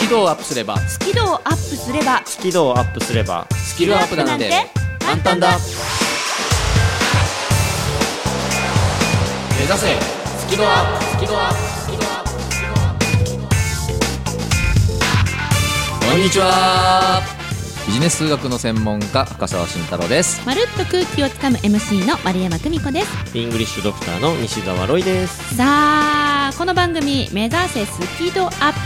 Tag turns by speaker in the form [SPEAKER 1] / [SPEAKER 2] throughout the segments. [SPEAKER 1] キ度をアップすれば
[SPEAKER 2] スキルをアップすれば
[SPEAKER 3] スキルをアップすれば
[SPEAKER 1] スキルアップなんて簡単だ目指せスキルアップスキルアップスキルアップスキルアップこんにちはビジネス数学の専門家深澤慎太郎です
[SPEAKER 2] まるっと空気をつかむ MC の丸山久美子です
[SPEAKER 3] イングリッシュドクターの西澤ロイです
[SPEAKER 2] さあこの番組「目指せスピードアップ」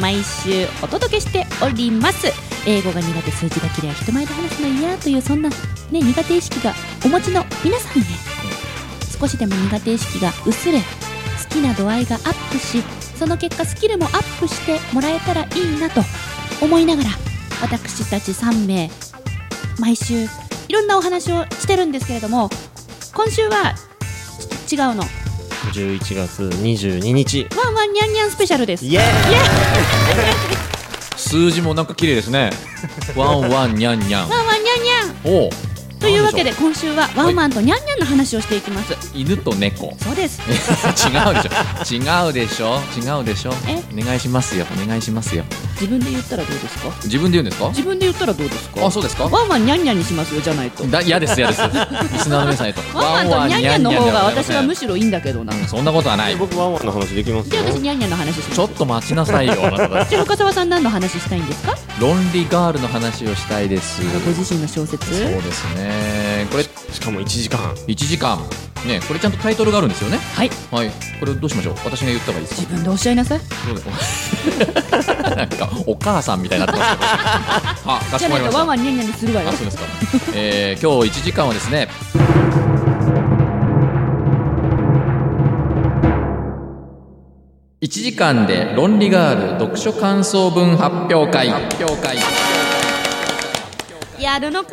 [SPEAKER 2] 毎週お届けしております英語が苦手数字が嫌い人前で話すの嫌というそんな、ね、苦手意識がお持ちの皆さんね少しでも苦手意識が薄れ好きな度合いがアップしその結果スキルもアップしてもらえたらいいなと思いながら私たち3名毎週いろんなお話をしてるんですけれども今週はち違うの
[SPEAKER 3] 11月22日
[SPEAKER 2] ワンワンニャンニャンスペシャルです。
[SPEAKER 3] イエーイ
[SPEAKER 1] 数字もなんか綺麗ですね ワンワンニャンニャン
[SPEAKER 2] ワンワンニャンニャン
[SPEAKER 1] おう
[SPEAKER 2] というわけで今週はワンワンとニャンニャンの話をしていきます。
[SPEAKER 1] 犬と猫
[SPEAKER 2] そうです。
[SPEAKER 1] 違うでしょ違うでしょ違うでしょ
[SPEAKER 2] え
[SPEAKER 1] お願いしますよお願いしますよ
[SPEAKER 2] 自分で言ったらどうですか？
[SPEAKER 1] 自分で言うんですか
[SPEAKER 2] 自分で言ったらどうですか？
[SPEAKER 1] あそうですか
[SPEAKER 2] ワンワンニャンニャンにしますよじゃないと。
[SPEAKER 1] だ嫌です嫌で すリスナーの皆さんへと
[SPEAKER 2] ワンワンとニャンニャンの方が私はむ
[SPEAKER 1] 視
[SPEAKER 2] しろいいんだけどな。じ
[SPEAKER 1] そんなことはない
[SPEAKER 3] 僕ワンワンの話できます
[SPEAKER 2] ゃあ
[SPEAKER 3] よ
[SPEAKER 2] 私ニャンニャンの話します。
[SPEAKER 1] ちょっと待ちなさいよあなたた ち
[SPEAKER 2] じゃあ深澤さん何の話したいんですか？
[SPEAKER 1] 論理ガールの話をしたいです
[SPEAKER 2] ご自身の小説。
[SPEAKER 1] そうですねこれ
[SPEAKER 3] しかも1時間
[SPEAKER 1] 1時間ねこれちゃんとタイトルがあるんですよね
[SPEAKER 2] はい。
[SPEAKER 1] はいこれどうしましょう私が言った方がいいです
[SPEAKER 2] 自
[SPEAKER 1] か
[SPEAKER 2] 分でおっしゃいなさい。
[SPEAKER 1] そうですなんか お母さんみたいになって ますけどあか
[SPEAKER 2] じ
[SPEAKER 1] し
[SPEAKER 2] ゃ
[SPEAKER 1] こまり
[SPEAKER 2] ない
[SPEAKER 1] まし
[SPEAKER 2] とワ
[SPEAKER 1] た
[SPEAKER 2] ンワンニャンニャンにするわよ
[SPEAKER 1] あ。そうですか、えー、今日1時間はですね1時間で論理ガール読書感想文発表会発表会
[SPEAKER 2] やるのか。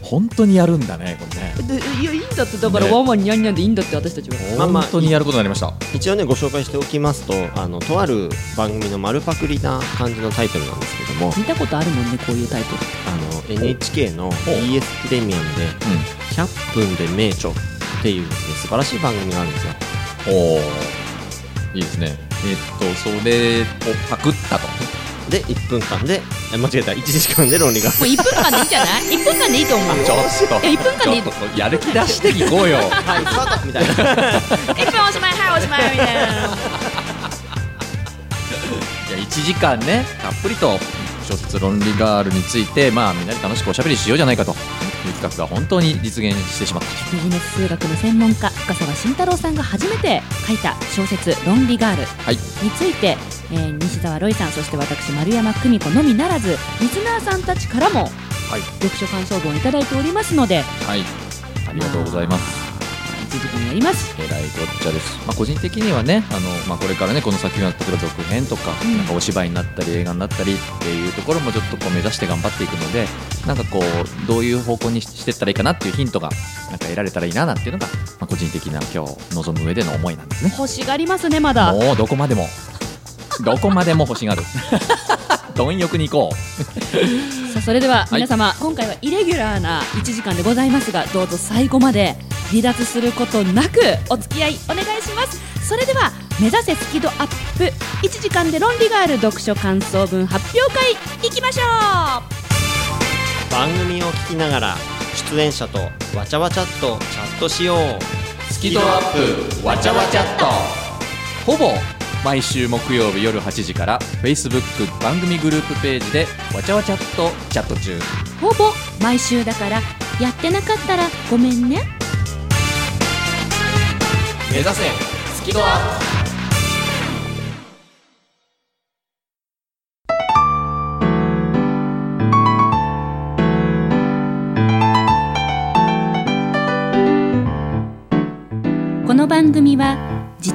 [SPEAKER 1] 本当にやるんだねこれね
[SPEAKER 2] でいやいいんだってだ
[SPEAKER 1] ね
[SPEAKER 2] ンワンニャンニャンでいいんだって私たちは。
[SPEAKER 3] まあまあ
[SPEAKER 1] 本当にやることになりました
[SPEAKER 3] 一応ねご紹介しておきますとあのとある番組の丸パクリな感じのタイトルなんですけども
[SPEAKER 2] 見たことあるもんねこういうタイトル。
[SPEAKER 3] あの NHK の BS プレミアムで
[SPEAKER 1] う
[SPEAKER 3] 「100分で名著」っていう、ね、素晴らしい番組があるんですよ
[SPEAKER 1] んおおいいですねえっとそれをパクったと
[SPEAKER 3] で1分間でえ間違えた1時間で論理が
[SPEAKER 2] もう1分間でいいんじゃない ?1 分間でいいと思うよ。
[SPEAKER 1] っ
[SPEAKER 2] いや一分間でいい
[SPEAKER 1] ちょっとやる気出していこうよ
[SPEAKER 3] はいスタートみたいな
[SPEAKER 2] 1分おしまい、はいおしまいみたいな。
[SPEAKER 1] いや1時間ねたっぷりと小説「論理ガール」についてまあみんなで楽しくおしゃべりしようじゃないかという企画が本当に実現してしまった
[SPEAKER 2] ビジネス数学の専門家、深沢慎太郎さんが初めて書いた小説、論理ガール
[SPEAKER 1] はい
[SPEAKER 2] について、えー西澤ロイさん、そして私、丸山久美子のみならず、リスナーさんたちからも
[SPEAKER 1] はい、
[SPEAKER 2] 読書感想文をいただいておりますので、
[SPEAKER 1] はい、ありがとうございます
[SPEAKER 2] 1時間やります。
[SPEAKER 1] えらいこっちゃです、まあ、個人的にはねあの、まあ、これからねこの先は例えば続編とか,、
[SPEAKER 2] うん
[SPEAKER 1] なんかお芝居になったり映画になったりっていうところもちょっとこう目指して頑張っていくのでなんかこうどういう方向にししていったらいいかなっていうヒントがなんか得られたらいいななんていうのが、まあ、個人的な今日望む上での思いなんですね。
[SPEAKER 2] 欲しがりますね、まだ。
[SPEAKER 1] もうどこまでもどこまでも欲しがる貪欲に行こ
[SPEAKER 2] さあそれでは
[SPEAKER 1] はい
[SPEAKER 2] 皆様、今回はイレギュラーな1時間でございますがどうぞ最後まで離脱することなくお付き合いお願いしますそれでは目指せスキドアップ1時間で論理がある読書感想文発表会いきましょ
[SPEAKER 3] 番組を聞きながら出演者とわちゃわちゃっとチャットしよう
[SPEAKER 1] うスキドアップわちゃわちゃっとほぼ毎週木曜日夜8時から Facebook 番組グループページでわちゃわちゃっとチャット中
[SPEAKER 2] うほぼ毎週だからやってなかったらごめんね
[SPEAKER 1] 目指せスキドアッ
[SPEAKER 2] この番組は自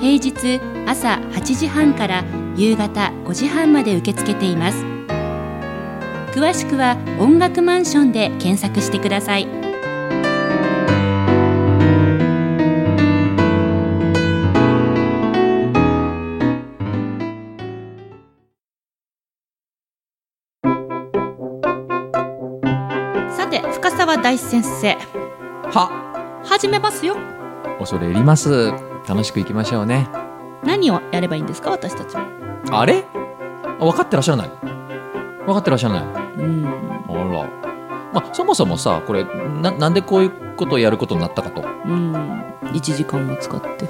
[SPEAKER 2] 平日朝8時半から夕方5時半まで受け付けています詳しくは音楽マンションで検索してくださいさて深沢大先生
[SPEAKER 1] は
[SPEAKER 2] 始めますよ
[SPEAKER 1] 恐れ入ります楽しくいきましょうね
[SPEAKER 2] 何をやればいいんですか私たちは
[SPEAKER 1] あれあ分かってらっしゃらない分かってらっしゃらない
[SPEAKER 2] うん
[SPEAKER 1] あらまあそもそもさこれななんでこういうことをやることになったかと
[SPEAKER 2] うん1時間も使って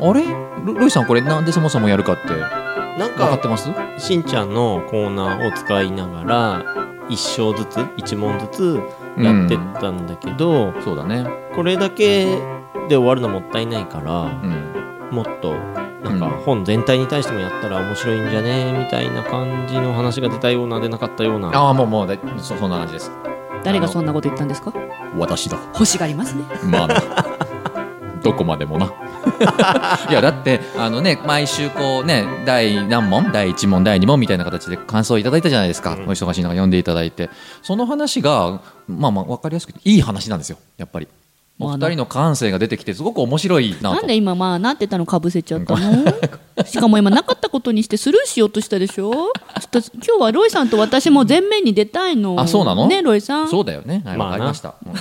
[SPEAKER 1] あれロロイさんこれなんでそもそもやるかって
[SPEAKER 3] なん
[SPEAKER 1] 分かって
[SPEAKER 3] か
[SPEAKER 1] ます
[SPEAKER 3] しんちゃんのコーナーを使いながら一章ずつ一問ずつやってったんだけど、
[SPEAKER 1] そうだね
[SPEAKER 3] これだけで終わるのもったいないから
[SPEAKER 1] うん
[SPEAKER 3] もっとなんか
[SPEAKER 1] うん
[SPEAKER 3] 本全体に対してもやったら面白いんじゃねみたいな感じの話が出たような出なかったような
[SPEAKER 1] ああもうもうだそそんな感じです
[SPEAKER 2] 誰がそんなこと言ったんですか
[SPEAKER 1] 私だ
[SPEAKER 2] 欲しがりますね
[SPEAKER 1] まあな どこまでもないやだってあのね毎週こうね第何問第1問第2問みたいな形で感想をいただいたじゃないですか、
[SPEAKER 3] うん
[SPEAKER 1] お忙しい中読んでいただいてその話がまあまあ分かりやすくていい話なんですよやっぱりお
[SPEAKER 2] まあ
[SPEAKER 1] 二
[SPEAKER 2] な
[SPEAKER 1] 人の感性が出てきてすごく面白いなと
[SPEAKER 2] なんで今まあなってたのかぶせちゃった のしかも今なかったことにしてスルーしようとしたでしょちょっと今日はロイさんと私も前面に出たいの
[SPEAKER 1] あそうなの
[SPEAKER 2] ねロイさん
[SPEAKER 1] そうだよねはい
[SPEAKER 3] まあ
[SPEAKER 1] わ
[SPEAKER 3] な
[SPEAKER 1] かりました、うん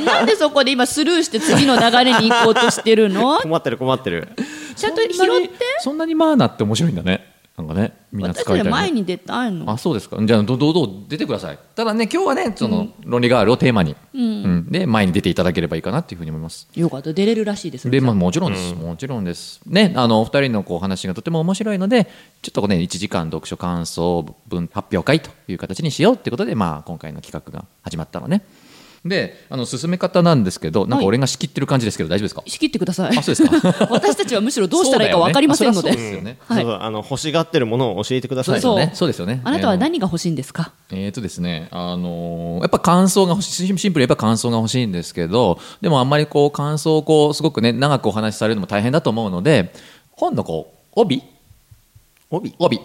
[SPEAKER 2] でなんでそこで今スルーして次の流れに行こうとしてるの
[SPEAKER 3] 困ってる困ってる
[SPEAKER 2] ちゃんと拾
[SPEAKER 1] そなに
[SPEAKER 2] って
[SPEAKER 1] そんなにマーナって面白いんだねなんかねみんな使い
[SPEAKER 2] 私
[SPEAKER 1] たいね
[SPEAKER 2] たち前に出たいの
[SPEAKER 1] あそうですかじゃあどどどう出てくださいただね今日はねその、論理ガールをテーマに、
[SPEAKER 2] うん
[SPEAKER 1] うんで前に出ていただければいいかなっていうふうに思います
[SPEAKER 2] よかった出れるらしいです
[SPEAKER 1] で、まあ、もちろんです、もちろんですねあのお二人のこう話がとても面白いのでちょっとね1時間読書感想文発表会という形にしようってことで、まあ、今回の企画が始まったのねであの進め方なんですけどなんか俺が仕切ってる感じですけど大丈夫ですか、
[SPEAKER 2] 仕切ってください
[SPEAKER 1] あそうです か
[SPEAKER 2] 私たちはむしろどうしたらいいか分かりませんので
[SPEAKER 1] そうだよねあそりゃそうですよね
[SPEAKER 2] はい
[SPEAKER 3] そうそうあの欲しがってるものを教えてください
[SPEAKER 2] そう
[SPEAKER 1] だよねそうですよね
[SPEAKER 2] あなたは何が欲しいんですか
[SPEAKER 1] えーとですね、あのーやっぱ感想が欲しい、シンシンプルにやっぱ感想が欲しいんですけど、でもあんまりこう感想をこう、すごくね、長くお話しされるのも大変だと思うので、本のこう、帯
[SPEAKER 3] 帯
[SPEAKER 1] 帯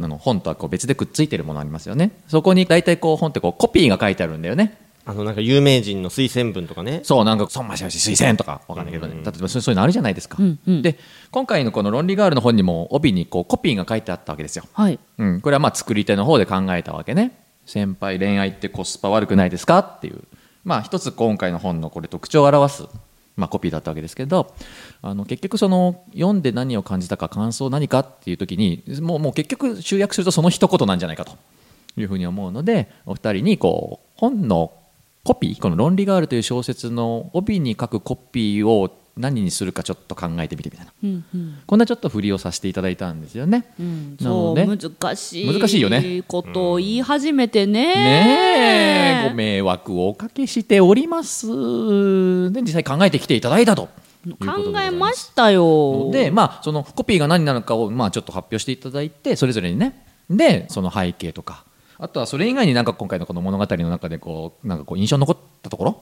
[SPEAKER 1] あの本とはこう別でくっついてるものありますよね。そこに大体こう本ってこうコピーが書いてあるんだよね。
[SPEAKER 3] あのなんか有名人の推薦文とかね
[SPEAKER 1] そう、なんか、孫正義推薦とか、わかんないけどね、例えばそうそういうのあるじゃないですか。
[SPEAKER 2] うんうん
[SPEAKER 1] で、今回のこの論理ガールの本にも帯にこうコピーが書いてあったわけですよ。
[SPEAKER 2] はい
[SPEAKER 1] うん、これはまあ作り手の方で考えたわけね先輩恋愛ってコスパ悪くないですかっていうまあ一つ今回の本のこれ特徴を表す、まあ、コピーだったわけですけどあの結局その読んで何を感じたか感想何かっていう時にもうもう結局集約するとその一言なんじゃないかというふうに思うのでお二人にこう本のコピーこの「論理ガール」という小説の帯に書くコピーを何にするかちょっと考えてみてみたいな
[SPEAKER 2] うんうん
[SPEAKER 1] こんなちょっと振りをさせていただいたんですよね。
[SPEAKER 2] うん、
[SPEAKER 1] な
[SPEAKER 2] そ
[SPEAKER 1] の
[SPEAKER 2] う、
[SPEAKER 1] で
[SPEAKER 2] 難しい
[SPEAKER 1] 難しいよね
[SPEAKER 2] ことを言い始めてね
[SPEAKER 1] ねえ、ご迷惑をおかけしております。で、実際考えてきていただいたということでご
[SPEAKER 2] 考
[SPEAKER 1] ざ
[SPEAKER 2] え
[SPEAKER 1] い
[SPEAKER 2] ますしたよ
[SPEAKER 1] で、まあ、そのコピーが何なのかを、まあ、ちょっと発表していただいて、それぞれにね。で、その背景とか、あとはそれ以外になんか今回のこの物語の中で、こう、なんかこう印象に残ったところ。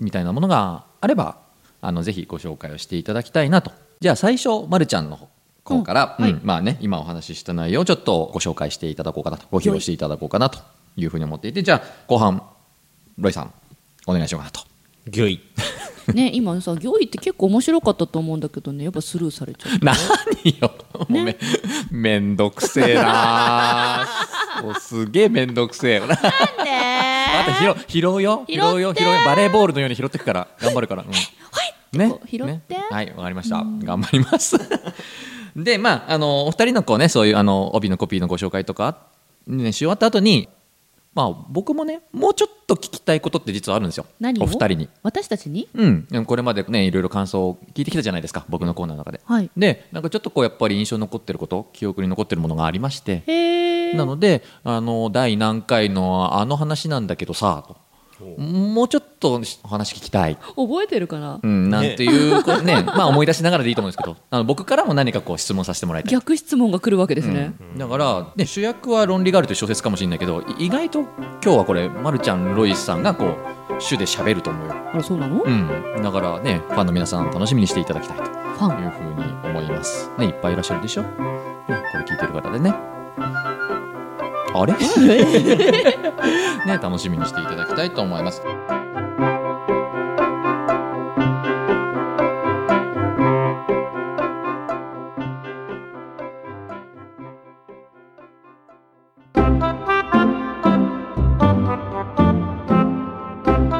[SPEAKER 1] みたいなものがあれば、あの、ぜひご紹介をしていただきたいなと。じゃあ、最初、まるちゃんの方から、
[SPEAKER 2] うんはい
[SPEAKER 1] うんまあね、今お話しした内容をちょっとご紹介していただこうかなと、ご披露していただこうかなというふうに思っていて、じゃあ、後半、ロイさん、お願いしようかなと。
[SPEAKER 3] ギュイ
[SPEAKER 2] ね今さ行為って結構面白かったと思うんだけどねやっぱスルーされちゃう
[SPEAKER 1] 何よ、もうめめんどくせえな もうすげえめんどくせえ なあ
[SPEAKER 2] ね
[SPEAKER 1] と拾う拾うよ拾うよ拾うよバレーボールのように拾ってくから頑張るから、うん、ね
[SPEAKER 2] こう拾って
[SPEAKER 1] ねはいわかりました頑張ります でまああのお二人のこうねそういうあの帯のコピーのご紹介とか、ね、し終わった後にまあ僕もねもうちょっと聞きたいことって実はあるんですよ
[SPEAKER 2] 何を
[SPEAKER 1] お二人に
[SPEAKER 2] 私たちに
[SPEAKER 1] うん、でもこれまでねいろいろ感想を聞いてきたじゃないですか僕のコーナーの中で、
[SPEAKER 2] はい
[SPEAKER 1] でなんかちょっとこうやっぱり印象に残ってること記憶に残ってるものがありまして
[SPEAKER 2] へえ
[SPEAKER 1] なのであの第何回のあの話なんだけどさともうちょっとお話聞きたい、
[SPEAKER 2] 覚えてるかな、
[SPEAKER 1] うん、なんていうこうねまあ、思い出しながらでいいと思うんですけどあの僕からも何かこう質問させてもらいたい。
[SPEAKER 2] 逆質問が来るわけですね、
[SPEAKER 1] うんだから、ね、主役は「論理ガール」という小説かもしれないけどい意外と今日はこれ、ま、るちゃんロイスさんがこう主で喋ると思うよ、
[SPEAKER 2] あらそうなの、
[SPEAKER 1] うん、だからねファンの皆さん楽しみにしていただきたいという
[SPEAKER 2] ファン
[SPEAKER 1] ふうに思います、ね、いっぱいいらっしゃるでしょ、ね、これ聞いてる方でねあ れね楽しみにしていただきたいと思います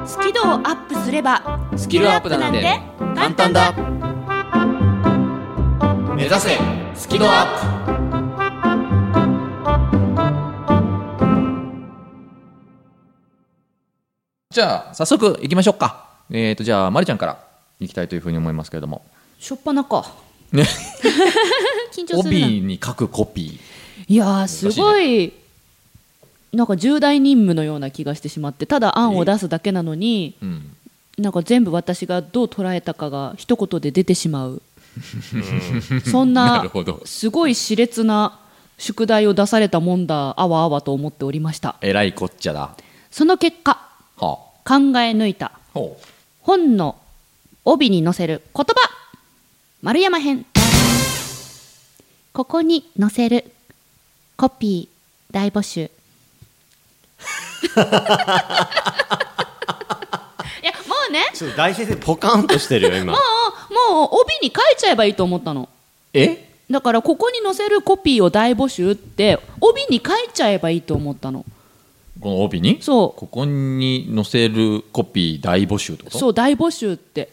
[SPEAKER 2] スキルをアップすればス
[SPEAKER 1] キルアップなんて簡単だ目指せスキルアップじゃあ早速いきましょうかえー、とじゃあまりちゃんからいきたいというふうに思いますけれども
[SPEAKER 2] しょっぱなか
[SPEAKER 1] ね
[SPEAKER 2] 緊張
[SPEAKER 1] コ
[SPEAKER 2] するな
[SPEAKER 1] ピーに書くコピ
[SPEAKER 2] いやーすごいなんか重大任務のような気がしてしまってただ案を出すだけなのに
[SPEAKER 1] ー、うん、
[SPEAKER 2] なんか全部私がどう捉えたかが一言で出てしまうそん
[SPEAKER 1] な
[SPEAKER 2] な
[SPEAKER 1] るほど
[SPEAKER 2] すごい熾烈な宿題を出されたもんだあわあわと思っておりました
[SPEAKER 1] えらいこっちゃだは
[SPEAKER 2] その結果
[SPEAKER 1] あ
[SPEAKER 2] 考え抜いた
[SPEAKER 1] ほう
[SPEAKER 2] 本の帯に載せる言葉丸山編ここに載せるコピー大募集 いやもうね
[SPEAKER 3] ちょっと大先生ポカンとしてるよ今
[SPEAKER 2] もうもう帯に書いちゃえばいいと思ったの
[SPEAKER 1] え
[SPEAKER 2] だからここに載せるコピーを大募集って帯に書いちゃえばいいと思ったの
[SPEAKER 1] この帯に
[SPEAKER 2] そう
[SPEAKER 1] ここに載せるコピー大募集ってこと
[SPEAKER 2] そう大募集って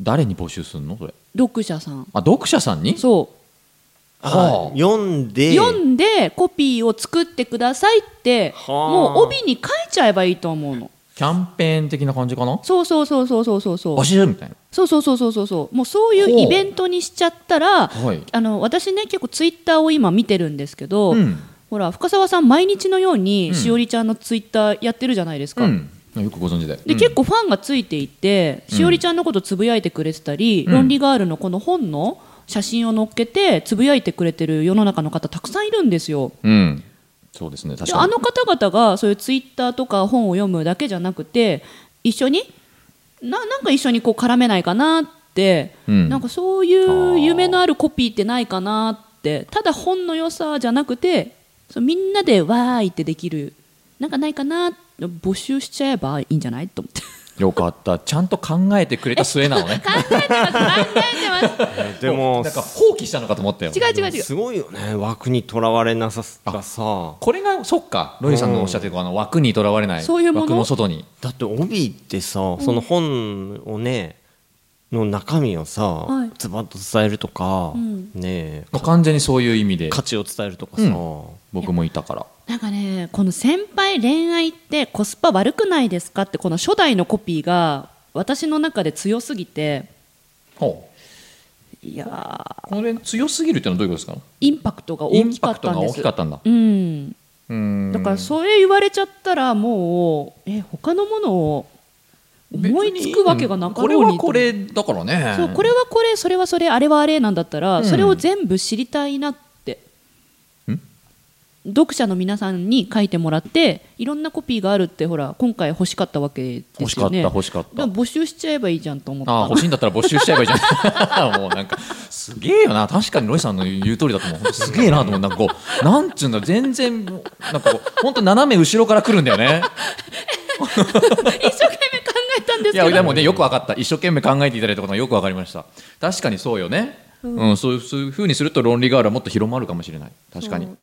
[SPEAKER 1] 誰に募集するのそれ
[SPEAKER 2] 読者さん
[SPEAKER 1] あ読者さんに
[SPEAKER 2] そう
[SPEAKER 1] はあ
[SPEAKER 3] 読んで
[SPEAKER 2] 読んでコピーを作ってくださいって
[SPEAKER 3] はあ
[SPEAKER 2] もう帯に書いちゃえばいいと思うの
[SPEAKER 1] キャンペーン的な感じかな
[SPEAKER 2] そうそうそうそうそうそうそう
[SPEAKER 1] バシるみたいな
[SPEAKER 2] そうそうそうそうそうそうもうそういう
[SPEAKER 1] ほう
[SPEAKER 2] イベントにしちゃったら、
[SPEAKER 1] はい
[SPEAKER 2] あの私ね結構ツイッターを今見てるんですけど、
[SPEAKER 1] うん
[SPEAKER 2] ほら深澤さん毎日のように、
[SPEAKER 1] うん
[SPEAKER 2] しおりちゃんのツイッターやってるじゃないですか、
[SPEAKER 1] うんよくご存知で
[SPEAKER 2] で、
[SPEAKER 1] うん
[SPEAKER 2] 結構ファンがついていて、しおりちゃんのことつぶやいてくれてたり、
[SPEAKER 1] うん
[SPEAKER 2] ロンリーガールのこの本の写真を載っけてつぶやいてくれてる世の中の方たくさんいるんですよ。
[SPEAKER 1] うんそうですね確
[SPEAKER 2] で
[SPEAKER 1] かに
[SPEAKER 2] あの方々がそういうツイッターとか本を読むだけじゃなくて一緒にななんか一緒にこう絡めないかなって、
[SPEAKER 1] うん
[SPEAKER 2] なんかそういう夢のあるコピーってないかなってただ本の良さじゃなくてそうみんなでわーいってできるなんかないかな募集しちゃえばいいんじゃないと思って
[SPEAKER 1] よかったちゃんと考えてくれた末なのね
[SPEAKER 3] えーでも
[SPEAKER 1] なんか放棄したのかと思ったよ
[SPEAKER 2] 違う違う違う
[SPEAKER 3] すごいよね枠にとらわれなさがさ
[SPEAKER 1] これがそっかロイさんのおっしゃってるあの枠にとらわれない
[SPEAKER 2] そういうもの
[SPEAKER 1] 枠の外に
[SPEAKER 3] だって帯ってさその本をねの中身をさ
[SPEAKER 2] はい
[SPEAKER 3] ズバッと伝えるとか
[SPEAKER 2] うん
[SPEAKER 3] ねえ
[SPEAKER 1] もう完全にそういう意味で
[SPEAKER 3] 価値を伝えるとか
[SPEAKER 1] う
[SPEAKER 3] さ
[SPEAKER 1] ん僕もいたから
[SPEAKER 2] なんかねこの先輩恋愛ってコスパ悪くないですかってこの初代のコピーが私の中で強すぎて
[SPEAKER 1] ほう
[SPEAKER 2] いやー
[SPEAKER 1] これ強すぎるってのはどういうことですか
[SPEAKER 2] インパクトが大きかったん
[SPEAKER 1] インパクトが大
[SPEAKER 2] です
[SPEAKER 1] きかったんだ
[SPEAKER 2] うん、
[SPEAKER 1] うーん
[SPEAKER 2] だからそれ言われちゃったらもうえ他のものを思いつくわけがなかろうに
[SPEAKER 1] これはこれだからね
[SPEAKER 2] そうこれはこれそれはそれあれはあれなんだったら、
[SPEAKER 1] うん
[SPEAKER 2] それを全部知りたいなって
[SPEAKER 1] ん
[SPEAKER 2] 読者の皆さんに書いてもらっていろんなコピーがあるってほら今回欲しかったわけで
[SPEAKER 1] 欲し
[SPEAKER 2] す
[SPEAKER 1] か
[SPEAKER 2] よ
[SPEAKER 1] った
[SPEAKER 2] ね
[SPEAKER 1] 欲しかった
[SPEAKER 2] だから募集しちゃえばいいじゃんと思った
[SPEAKER 1] ああ
[SPEAKER 2] の
[SPEAKER 1] 欲しいんだったら募集しちゃえばいいじゃん もうなんかすげえよな確かにロイさんの言う通りだと思うほんとすげえなと思うなんかこうなんつうんだ全然なんかこう本当斜め後ろから来るんだよね
[SPEAKER 2] 一生懸命考えたん
[SPEAKER 1] い
[SPEAKER 2] ですけど
[SPEAKER 1] やでもねよく分かった一生懸命考えていただいたことがよく分かりました確かにそうよね、うんそうそういうふうにすると論理ガールはもっと広まるかもしれない確かに
[SPEAKER 2] そう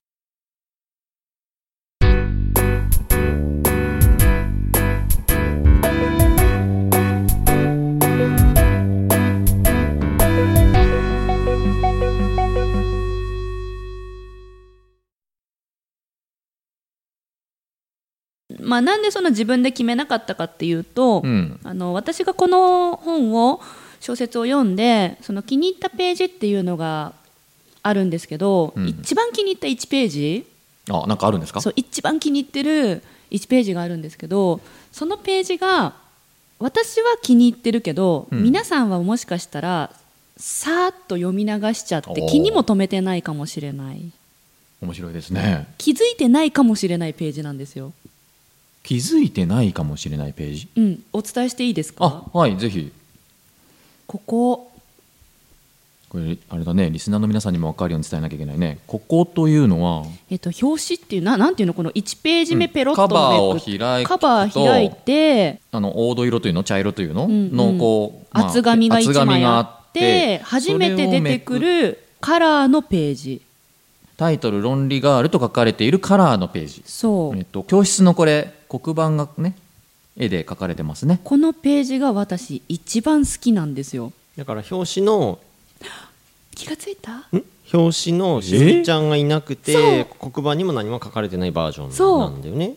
[SPEAKER 2] まあ、なんでその自分で決めなかったかっていうと、
[SPEAKER 1] うん
[SPEAKER 2] あの私がこの本を小説を読んでその気に入ったページっていうのがあるんですけど、
[SPEAKER 1] うん
[SPEAKER 2] 一番気に入った1ページ
[SPEAKER 1] あなんかあるんですか
[SPEAKER 2] そう一番気に入ってる1ページがあるんですけどそのページが私は気に入ってるけど、
[SPEAKER 1] うん
[SPEAKER 2] 皆さんはもしかしたらさーっと読み流しちゃって気にも留めてないかもしれない
[SPEAKER 1] 面白いですね
[SPEAKER 2] 気づいてないかもしれないページなんですよ、
[SPEAKER 1] 気づいてないかもしれないページ
[SPEAKER 2] うん、お伝えしていいです
[SPEAKER 1] あ
[SPEAKER 2] か
[SPEAKER 1] はいぜひ
[SPEAKER 2] ここ
[SPEAKER 1] これあれだねリスナーの皆さんにも分かるように伝えなきゃいけないねここというのは
[SPEAKER 2] えっと、表紙っていうななんていうのこの1ページ目
[SPEAKER 1] うん
[SPEAKER 2] ペロッと
[SPEAKER 1] カバーを
[SPEAKER 2] めくっ
[SPEAKER 1] 開くと
[SPEAKER 2] カバー開いて
[SPEAKER 1] あの黄土色というの茶色というの、
[SPEAKER 2] んうん
[SPEAKER 1] のこう、まあ
[SPEAKER 2] 厚紙が
[SPEAKER 1] 厚
[SPEAKER 2] 1枚
[SPEAKER 1] が
[SPEAKER 2] あ
[SPEAKER 1] あ
[SPEAKER 2] っ
[SPEAKER 1] ってて
[SPEAKER 2] 初めて
[SPEAKER 1] それ
[SPEAKER 2] 出
[SPEAKER 1] を
[SPEAKER 2] て
[SPEAKER 1] め
[SPEAKER 2] く
[SPEAKER 1] く
[SPEAKER 2] るカラーのページ
[SPEAKER 1] タイトル「論理ガール」と書かれているカラーのページ、
[SPEAKER 2] そう、
[SPEAKER 1] えっと、教室のこれ黒板がね絵で描かれてますね
[SPEAKER 2] このページが私一番好きなんですよ
[SPEAKER 3] だから表紙の
[SPEAKER 2] 気がついた
[SPEAKER 3] ん表紙のしずちゃんがいなく
[SPEAKER 2] そう
[SPEAKER 3] て黒板にも何も書かれてないバージョ
[SPEAKER 2] そう
[SPEAKER 3] ンなんだよね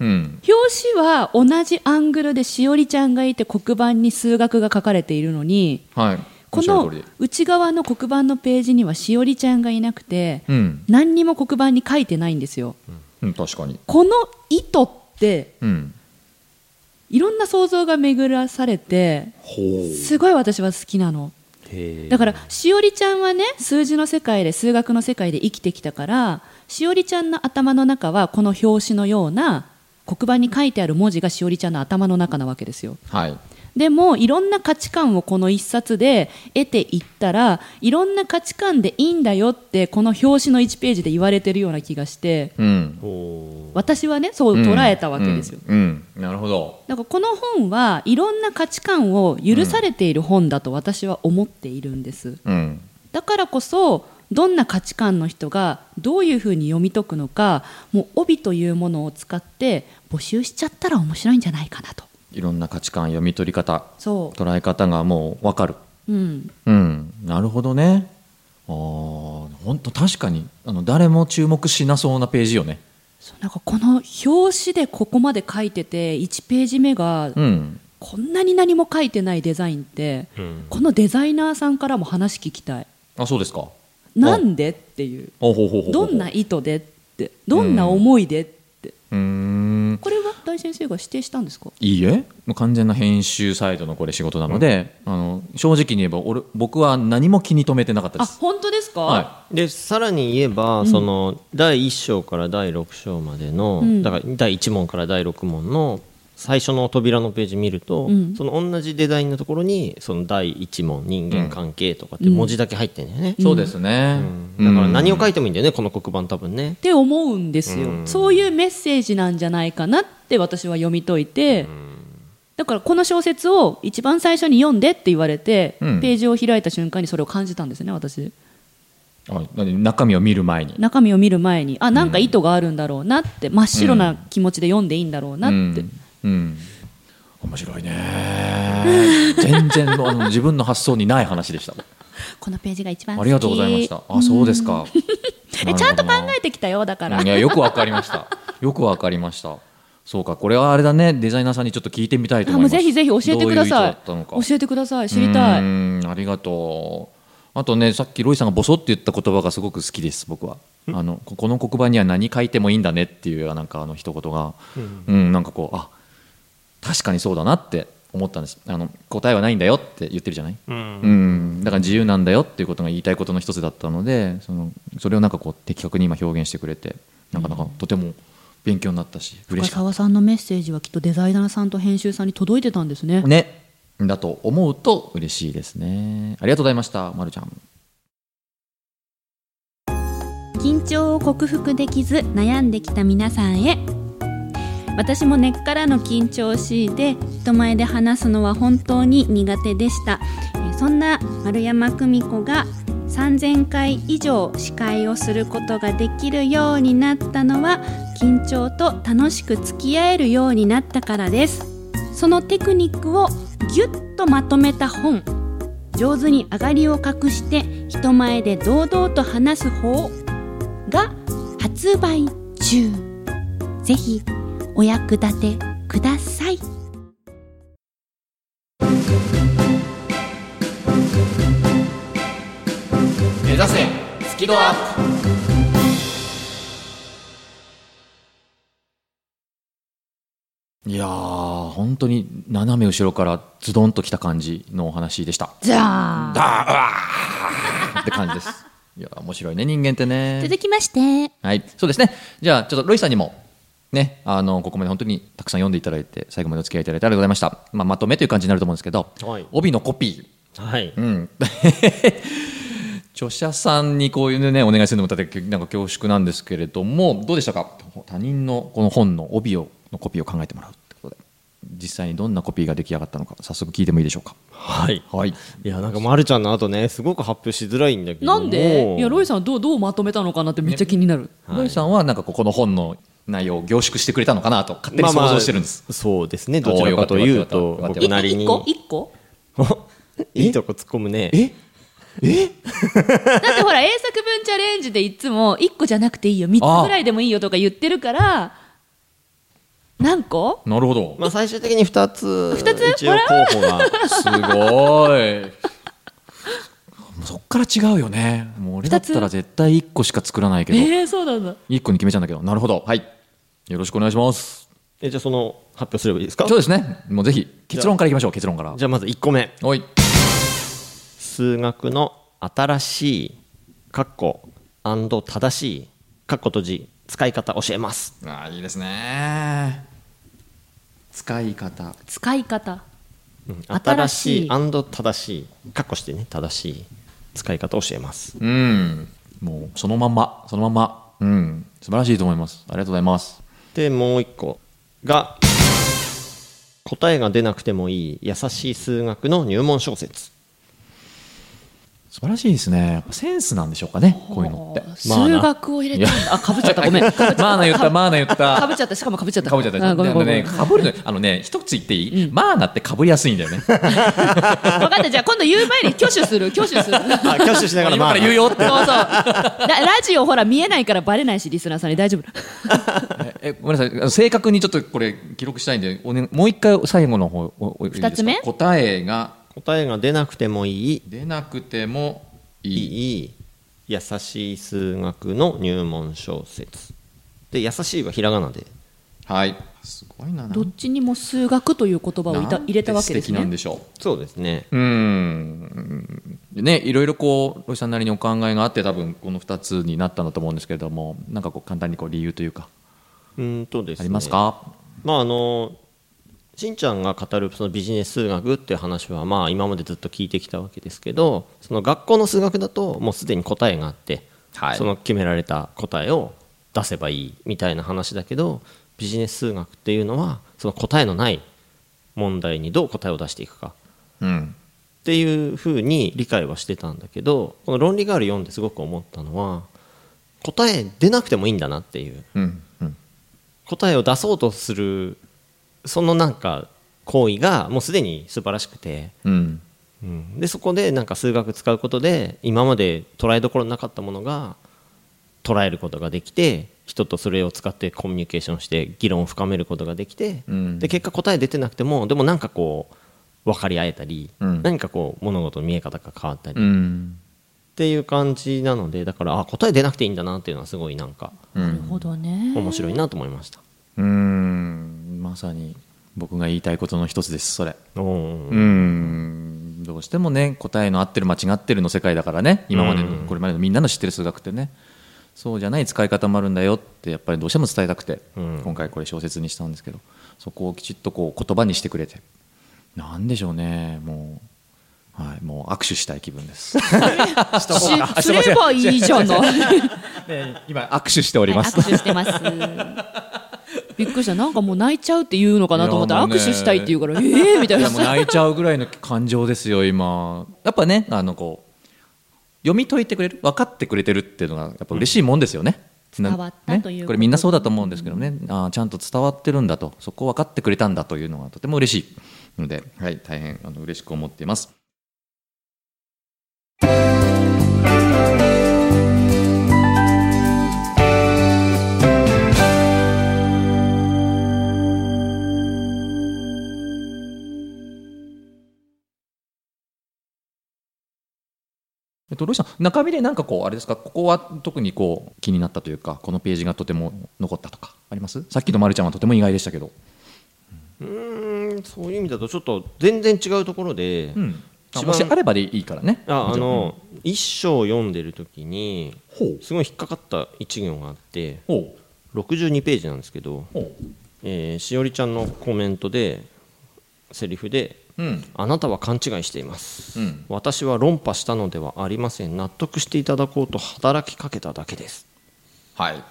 [SPEAKER 1] うん
[SPEAKER 2] 表紙は同じアングルでしおりちゃんがいて黒板に数学が書かれているのに
[SPEAKER 1] はいお
[SPEAKER 2] こ
[SPEAKER 1] っ
[SPEAKER 2] の
[SPEAKER 1] しゃる通り
[SPEAKER 2] 内側の黒板のページにはしおりちゃんがいなくて
[SPEAKER 1] うん、
[SPEAKER 2] 何にも黒板に書いてないんですよ
[SPEAKER 1] うん、確かに
[SPEAKER 2] この意図って
[SPEAKER 1] うん
[SPEAKER 2] いろんな想像が巡らされて
[SPEAKER 1] ほ
[SPEAKER 2] すごい私は好きなのだからしおりちゃんはね数字の世界で数学の世界で生きてきたからしおりちゃんの頭の中はこの表紙のような黒板に書いてある文字がしおりちゃんの頭の中なわけですよ
[SPEAKER 1] はい
[SPEAKER 2] でもいろんな価値観をこの一冊で得ていったらいろんな価値観でいいんだよってこの表紙の1ページで言われてるような気がして
[SPEAKER 1] うん
[SPEAKER 3] おー
[SPEAKER 2] 私はねそう捉えたわけですよ、
[SPEAKER 1] うん、うんなるほど
[SPEAKER 2] なんかこの本はいろんな価値観を許されている本だと私は思っているんです、
[SPEAKER 1] うん
[SPEAKER 2] だからこそどんな価値観の人がどういうふうに読み解くのかもう帯というものを使って募集しちゃったら面白いんじゃないかなと
[SPEAKER 1] いろんな価値観読み取り方
[SPEAKER 2] そ
[SPEAKER 1] 捉え方がもう分かる
[SPEAKER 2] う、うん、
[SPEAKER 1] うんなるほどねあ本当確かにあの誰も注目しなそうなページよね
[SPEAKER 2] そうなんかこの表紙でここまで書いてて1ページ目が
[SPEAKER 1] うん
[SPEAKER 2] こんなに何も書いてないデザインって
[SPEAKER 3] うん
[SPEAKER 2] このデザイナーさんからも話聞きたい
[SPEAKER 1] あそうですか
[SPEAKER 2] なんでっていう
[SPEAKER 1] ほうほうほうほう
[SPEAKER 2] どんな意図でってどんな思いでって、
[SPEAKER 1] うーん
[SPEAKER 2] これは大先生が指定したんですか
[SPEAKER 1] いいえもう完全な編集サイトのこれ仕事なので、あの正直に言えば俺僕は何も気に留めてなかった
[SPEAKER 2] あ
[SPEAKER 1] です
[SPEAKER 2] 本当ですか、
[SPEAKER 1] は
[SPEAKER 3] でさらに言えば、その第1章から第6章までの、
[SPEAKER 2] うん
[SPEAKER 3] だから第1問から第6問の最初の扉のページ見ると、
[SPEAKER 2] うん
[SPEAKER 3] その同じデザインのところにその第1問人間関係とかって文字だけ入ってんだよね、
[SPEAKER 1] いそうですね、
[SPEAKER 3] うんだから何
[SPEAKER 1] を
[SPEAKER 3] を書いてもいいんだよねこの黒板多分ね
[SPEAKER 2] って思うんですよ、
[SPEAKER 3] うん
[SPEAKER 2] そういうメッセージなんじゃないかなって私は読み解いて、だからこの小説を一番最初に読んでって言われて、
[SPEAKER 1] うん
[SPEAKER 2] ページを開いた瞬間にそれを感じたんですね私
[SPEAKER 1] あ何中身を見る前に
[SPEAKER 2] 中身を見る前にあなんか意図があるんだろうなって真っ白な気持ちで読んでいいんだろうなって、
[SPEAKER 1] うん、うん面白いね 全然あの自分の発想にない話でした
[SPEAKER 2] このページが一番好き
[SPEAKER 1] ありがとうございましたあそうですか
[SPEAKER 2] えちゃん と考
[SPEAKER 1] え
[SPEAKER 2] えてきたよだから、
[SPEAKER 1] いやよくわかりましたよくわかりましたそうかこれはあれだねデザイナーさんにちょっと聞いてみたいと
[SPEAKER 2] あ
[SPEAKER 1] 思い
[SPEAKER 2] もう
[SPEAKER 1] ます
[SPEAKER 2] ぜひぜひ教えてく
[SPEAKER 1] どういう意
[SPEAKER 2] ださい
[SPEAKER 1] 図だったのか
[SPEAKER 2] 教えてください知りた
[SPEAKER 1] う
[SPEAKER 2] い
[SPEAKER 1] ーんありがとうあとねさっきロイさんがボソって言った言葉がすごく好きです僕はあのここの黒板には何書いてもいいんだねっていうなんかあの一言がうん、なんかこうあ確かにそうだなって思ったんですあの答えはないんだよって言ってるじゃない
[SPEAKER 3] うん
[SPEAKER 1] うん、だから自由なんだよっていうことが言いたいことの一つだったのでそのそれをなんかこう的確に今表現してくれてなかなかとても勉強になったし嬉しかっ
[SPEAKER 2] 沢さんのメッセージはきっとデザイナーさんと編集さんに届いてたんですね
[SPEAKER 1] たねだと思うと嬉しいですねありがとうございました、ま、るちゃん
[SPEAKER 4] 緊張を克服できず悩んできた皆さんへ私も根っからの緊張を強いて人前で話すのは本当に苦手でしたえーそんな丸山久美子が3000回以上司会をすることができるようになったのは緊張と楽しく付き合えるようになったからですそのテクニックをぎゅっとまとめた本上手に上がりを隠して人前で堂々と話す方が発売中ぜひお役立てください
[SPEAKER 1] 目指せスキドアップ本当に斜め後ろからズドンときた感じのお話でした。
[SPEAKER 2] じゃあ
[SPEAKER 1] だーうわーって感じです。いや面白いね人間ってね。
[SPEAKER 2] 続きまして
[SPEAKER 1] はい、そうですね。じゃあ、ちょっとロイさんにも、ね、あの、ここまで本当にたくさん読んでいただいて、最後までお付き合いいただいてありがとうございました。まあ、まとめという感じになると思うんですけど、
[SPEAKER 5] はい
[SPEAKER 1] 帯のコピ
[SPEAKER 5] はい
[SPEAKER 1] ー。うん。 著者さんにこういうね、お願いするのも大変なんか恐縮なんですけれども、どうでしたか他人のこの本の帯を、のコピーを考えてもらうってことで、実際にどんなコピーが出来上がったのか、早速聞いてもいいでしょうか。
[SPEAKER 5] はい
[SPEAKER 1] はい。
[SPEAKER 5] いやなんかまるちゃんの後ねすごく発表しづらいんだけど
[SPEAKER 2] なんでいやロイ
[SPEAKER 5] さ
[SPEAKER 2] さんどうどうまとめたのかなってめっちゃ気になる、
[SPEAKER 1] ロイさんは、なんかこうこの本の内容を凝縮してくれたのかなと、勝手に想像してるんです。
[SPEAKER 5] そうですねどちらかという
[SPEAKER 1] お
[SPEAKER 5] と
[SPEAKER 1] ーよかったよかったよかった
[SPEAKER 5] 僕なりに
[SPEAKER 2] 一個一個
[SPEAKER 5] おいいとこ突っ込むねえ
[SPEAKER 2] だってほら英作文チャレンジでいつも1個じゃなくていいよ3つぐらいでもいいよとか言ってるから何個
[SPEAKER 1] なるほど。
[SPEAKER 5] まあ最終的に2つ
[SPEAKER 2] 二つ
[SPEAKER 5] 一応候補が
[SPEAKER 1] すごい。そっから違うよね。もう俺だっ
[SPEAKER 2] 二つ
[SPEAKER 1] たら絶対一個しか作らないけど、
[SPEAKER 2] えー、そうなんだ
[SPEAKER 1] 一個に決めちゃうんだけど、なるほど。はい。よろしくお願いします。
[SPEAKER 5] えじゃあその発表すればいいですか
[SPEAKER 1] そうですね。もうぜひ結論からいきましょう。結論から
[SPEAKER 5] じ。ゃあまず1個目
[SPEAKER 1] おい。
[SPEAKER 5] 数学の新しいかっこ正しいかっこ閉じ使い方教えます
[SPEAKER 1] ああいいですね。使い方。
[SPEAKER 2] 使い方新
[SPEAKER 5] 新
[SPEAKER 2] し
[SPEAKER 5] し
[SPEAKER 2] い
[SPEAKER 5] い正しいかっこしてね正しい使い方教えます
[SPEAKER 1] うん。もうそのまんまそのまんま。うん。素晴らしいと思います。ありがとうございます。
[SPEAKER 5] でもう1個が答えが出なくてもいい優しい数学の入門小説
[SPEAKER 1] 素晴らしいですね。やっぱセンスなんでしょうかね。こういうのって。
[SPEAKER 5] まあ
[SPEAKER 2] 数
[SPEAKER 5] な
[SPEAKER 2] 学を入れたんだあかぶっちゃったごめんか
[SPEAKER 1] マーナ言ったマーナ言った。
[SPEAKER 2] ぶっちゃったしかもかぶっちゃった
[SPEAKER 1] かぶっちゃったでし
[SPEAKER 2] あ
[SPEAKER 1] ょ
[SPEAKER 2] ごめ
[SPEAKER 1] で
[SPEAKER 2] ん
[SPEAKER 1] あの
[SPEAKER 2] ごめん
[SPEAKER 1] ね、
[SPEAKER 2] ご
[SPEAKER 1] かぶるの、あのね、一つ言っていい、マーナってかぶりやすいんだよね。だ
[SPEAKER 2] めん分かったじゃあ今度言う前に挙手する挙手す る
[SPEAKER 5] あ挙手しながらまあ
[SPEAKER 1] から言うよっ
[SPEAKER 2] そ
[SPEAKER 1] て
[SPEAKER 2] う。そうララジオほら見えないからバレないしリスナーさんに大丈夫
[SPEAKER 1] え、ごめんなさいあの、正確にちょっとこれ記録したいんで、おね、もう一回最後の方。おおいいですか
[SPEAKER 2] 二つ目
[SPEAKER 1] 答えが
[SPEAKER 5] 答えが出なくてもいい
[SPEAKER 1] 出なくてもいい。
[SPEAKER 5] いい優しい数学の入門小説で優しいはひらがなで
[SPEAKER 1] はい。すごいな。なん
[SPEAKER 2] どっちにも数学という言葉をい
[SPEAKER 1] な
[SPEAKER 2] た
[SPEAKER 1] んて
[SPEAKER 2] 入れたわけです
[SPEAKER 1] 素敵なん
[SPEAKER 2] ね
[SPEAKER 1] でしょ
[SPEAKER 5] そうですね
[SPEAKER 1] う。うん。ね、いろいろこう、ロイさんなりにお考えがあって、多分この二つになったんだと思うんですけれども。なんかこう、簡単にこう理由というか、
[SPEAKER 5] うーんとです
[SPEAKER 1] あ
[SPEAKER 5] ね
[SPEAKER 1] りますか。
[SPEAKER 5] まああのしんちゃんが語るそのビジネス数学っていう話はまあ今までずっと聞いてきたわけですけどその学校の数学だともうすでに答えがあって、
[SPEAKER 1] はい
[SPEAKER 5] その決められた答えを出せばいいみたいな話だけどビジネス数学っていうのはその答えのない問題にどう答えを出していくか
[SPEAKER 1] うん。
[SPEAKER 5] っていうふうに理解はしてたんだけどこの「論理ガール」読んですごく思ったのは答え出なくてもいいんだなっていう
[SPEAKER 1] うん。うん。
[SPEAKER 5] 答えを出そうとするそのなんか行為がもうすでに素晴らしくて、
[SPEAKER 1] うん。
[SPEAKER 5] うんでそこでなんか数学使うことで今まで捉えどころのなかったものが捉えることができて人とそれを使ってコミュニケーションして議論を深めることができて、
[SPEAKER 1] うん
[SPEAKER 5] で結果答え出てなくてもでもなんかこう分かり合えたり、
[SPEAKER 1] うん
[SPEAKER 5] 何かこう物事の見え方が変わったり、
[SPEAKER 1] う
[SPEAKER 5] っ
[SPEAKER 1] ん。
[SPEAKER 5] ていう感じなのでだからあ答え出なくていいんだなっていうのはすごいなんか
[SPEAKER 2] なるほどね
[SPEAKER 5] 面白いなと思いました。
[SPEAKER 1] うーんまさに僕が言いたいことの一つですそれ
[SPEAKER 5] うん
[SPEAKER 1] うーんどうしてもね答えの合ってる間違ってるの世界だからね今までの
[SPEAKER 5] うん
[SPEAKER 1] これまでのみんなの知ってる数学ってねそうじゃない使い方もあるんだよってやっぱりどうしても伝えたくて、
[SPEAKER 5] うん
[SPEAKER 1] 今回これ小説にしたんですけどそこをきちっとこう言葉にしてくれてなんでしょうねもう,、はい、もう握手したい気分です
[SPEAKER 2] しすればいいじゃない。
[SPEAKER 1] 今握手しております、
[SPEAKER 2] 握手してます。びっくりした。なんかもう泣いちゃうって言うのかなと思ったら、
[SPEAKER 1] い
[SPEAKER 2] 握
[SPEAKER 1] やもうね
[SPEAKER 2] 手したいって言うから、ええみたい
[SPEAKER 1] い
[SPEAKER 2] な
[SPEAKER 1] や。もう泣いちゃうぐらいの感情ですよ今やっぱねあのこう読み解いてくれる分かってくれてるっていうのがやっぱ嬉しいもんですよね、な
[SPEAKER 2] 伝わったということ
[SPEAKER 1] ねこれみんなそうだと思うんですけどね、あーちゃんと伝わってるんだとそこを分かってくれたんだというのがとても嬉しいので、はい、大変あの嬉しく思っていますえっと、ロイさん中身でなんかこうあれですかここは特にこう気になったというかこのページがとても残ったとかありますさっきのまるちゃんはとても意外でしたけど
[SPEAKER 5] うーんそういう意味だとちょっと全然違うところで、
[SPEAKER 1] うん、あ
[SPEAKER 5] 一番
[SPEAKER 1] もしあればでいいからね
[SPEAKER 5] あ
[SPEAKER 1] も
[SPEAKER 5] あ
[SPEAKER 1] ちろん
[SPEAKER 5] の一章読んでる時に
[SPEAKER 1] ほう
[SPEAKER 5] すごい引っかかった一行があって
[SPEAKER 1] ほう
[SPEAKER 5] 62ページなんですけど、
[SPEAKER 1] ほう
[SPEAKER 5] えーしおりちゃんのコメントでセリフで
[SPEAKER 1] うん
[SPEAKER 5] 「あなたは勘違いしています」
[SPEAKER 1] うん
[SPEAKER 5] 私は論破したのではありません納得していただこうと働きかけただけです
[SPEAKER 1] はい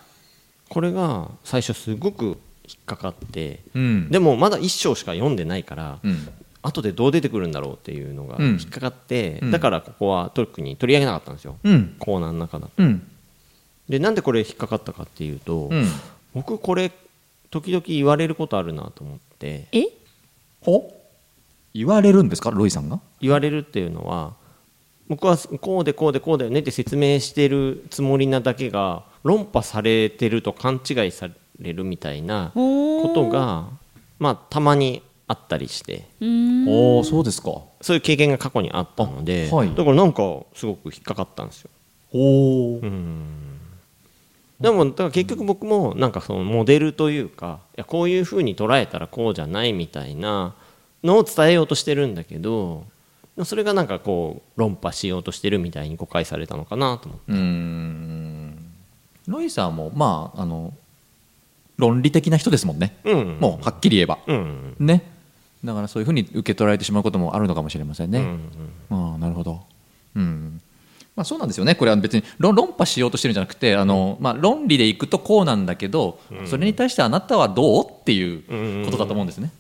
[SPEAKER 5] これが最初すごく引っかかって、
[SPEAKER 1] うん
[SPEAKER 5] でもまだ1章しか読んでないから、
[SPEAKER 1] うん
[SPEAKER 5] 後でどう出てくるんだろうっていうのが
[SPEAKER 1] うん
[SPEAKER 5] 引っかかって、
[SPEAKER 1] うん
[SPEAKER 5] だからここは特に取り上げなかったんですよ、
[SPEAKER 1] うん
[SPEAKER 5] コーナーの中だと
[SPEAKER 1] うん
[SPEAKER 5] でなんでこれ引っかかったかっていうと、
[SPEAKER 1] うん
[SPEAKER 5] 僕これ時々言われることあるなと思って
[SPEAKER 2] え
[SPEAKER 1] ほ言われるんですかロイさんが
[SPEAKER 5] 言われるっていうのは僕はこうでこうでこうだよねって説明してるつもりなだけが論破されてると勘違いされるみたいなことがまあたまにあったりして
[SPEAKER 1] おおそうですか
[SPEAKER 5] そういう経験が過去にあったので、
[SPEAKER 1] あはい
[SPEAKER 5] だからなんかすごく引っかかったんですよ。
[SPEAKER 1] おお
[SPEAKER 5] でもだから結局僕もなんかそのモデルというかいやこういうふうに捉えたらこうじゃないみたいなのを伝えようとしてるんだけどそれがなんかこう論破しようとしてるみたいに誤解されたのかなと思って。
[SPEAKER 1] うーんロイさんもまああの論理的な人ですもんね、
[SPEAKER 5] うん
[SPEAKER 1] もうはっきり言えば、
[SPEAKER 5] うんうん
[SPEAKER 1] ねだからそういうふうに受け取られてしまうこともあるのかもしれません
[SPEAKER 5] う
[SPEAKER 1] ね、
[SPEAKER 5] ん
[SPEAKER 1] ああなるほど、うんまあ、そうなんですよねこれは別に論論破しようとしてるんじゃなくてあの、まあ、論理でいくとこうなんだけど、それに対してあなたはどうっていうことだと思うんですね。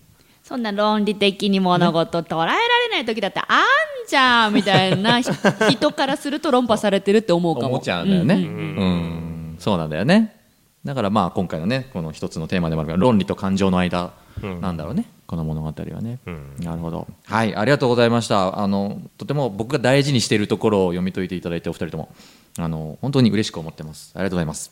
[SPEAKER 2] そんな論理的に物事捉えられない時だってあんじゃんみたいなひ人からすると論破されてるって思うかも。
[SPEAKER 1] 思っちゃうんだよね、うん
[SPEAKER 2] ん
[SPEAKER 1] そうなんだよねだからまあ今回のねこの一つのテーマでもあるから論理と感情の間
[SPEAKER 5] うん
[SPEAKER 1] なんだろうね、この物語はね、
[SPEAKER 5] ん
[SPEAKER 1] なるほどはいありがとうございましたあのとても僕が大事にしているところを読み解いていただいてお二人ともあの本当に嬉しく思ってますありがとうございます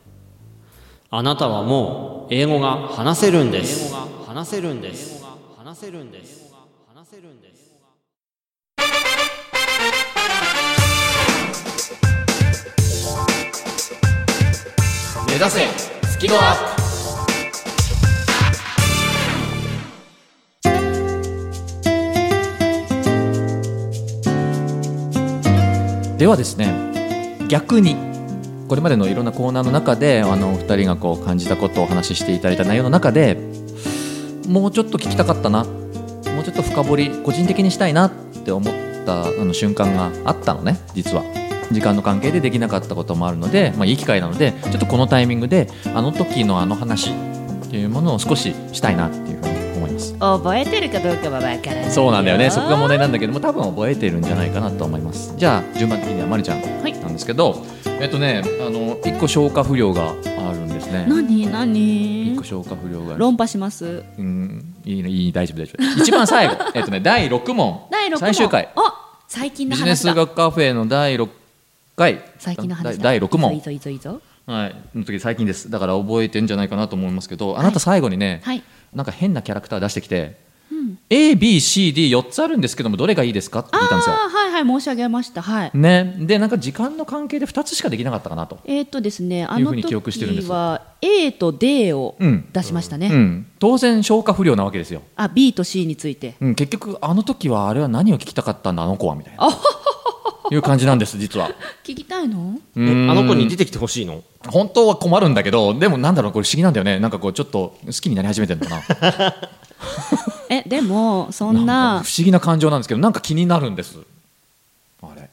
[SPEAKER 5] あなたはもう英語が話せるんです。英語が話せるんです。英語が話せるんです。
[SPEAKER 1] 目指せスキルアップではですね逆にこれまでのいろんなコーナーの中であのお二人がこう感じたことをお話ししていただいた内容の中でもうちょっと聞きたかったなもうちょっと深掘り個人的にしたいなって思ったあの瞬間があったのね実は時間の関係でできなかったこともあるので、まあ、いい機会なのでちょっとこのタイミングであの時のあの話っていうものを少ししたいなっていうふうに思います
[SPEAKER 2] 覚えてるかどうかはわからない。
[SPEAKER 1] そうなんだよねそこが問題なんだけども多分覚えてるんじゃないかなと思いますじゃあ順番的にはまるちゃん
[SPEAKER 2] はい
[SPEAKER 1] なんですけど、えっとねあの1個消化不良があるんですね
[SPEAKER 2] 何
[SPEAKER 1] 1
[SPEAKER 2] 何
[SPEAKER 1] 個消化不良がある
[SPEAKER 2] 論破します。
[SPEAKER 1] うんいいねいい大丈夫大丈夫一番最後 えっとね第6問
[SPEAKER 2] 第六問。
[SPEAKER 1] 最終回
[SPEAKER 2] あ最近の
[SPEAKER 1] ビジネ
[SPEAKER 2] 話
[SPEAKER 1] ス
[SPEAKER 2] だ。
[SPEAKER 1] 学カフェの第6回
[SPEAKER 2] 最近の話だ。
[SPEAKER 1] 第6
[SPEAKER 2] いい
[SPEAKER 1] 問
[SPEAKER 2] ぞいいぞいいぞ。
[SPEAKER 1] はいの時最近ですだから覚えてんじゃないかなと思いますけどあなた最後にね、
[SPEAKER 2] はい。
[SPEAKER 1] なんか変なキャラクター出してきて、ABCD4 つあるんですけどもどれがいいですかって
[SPEAKER 2] あ
[SPEAKER 1] 聞いたんですよ
[SPEAKER 2] あはいはい申し上げましたはい。
[SPEAKER 1] ね、でなんか時間の関係で2つしかできなかったかなと、
[SPEAKER 2] えっ、とですねあ
[SPEAKER 1] いうふ
[SPEAKER 2] の
[SPEAKER 1] うに記憶してるんで
[SPEAKER 2] 時
[SPEAKER 1] す
[SPEAKER 2] は A と D を
[SPEAKER 1] うん
[SPEAKER 2] 出しましたね。
[SPEAKER 1] うん、当然消化不良なわけですよ、
[SPEAKER 2] あ B と C について。
[SPEAKER 1] うん、結局あの時はあれは何を聞きたかったんだあの子はみたいないう感じなんです実は
[SPEAKER 2] 聞きたいの？
[SPEAKER 1] うーん
[SPEAKER 5] あの子に出てきてほしいの。
[SPEAKER 1] 本当は困るんだけどでもなんだろうこれ不思議なんだよねなんかこうちょっと好きになり始めてるのかな
[SPEAKER 2] えでもそ
[SPEAKER 1] な
[SPEAKER 2] んなん
[SPEAKER 1] か不思議な感情なんですけどなんか気になるんですあれ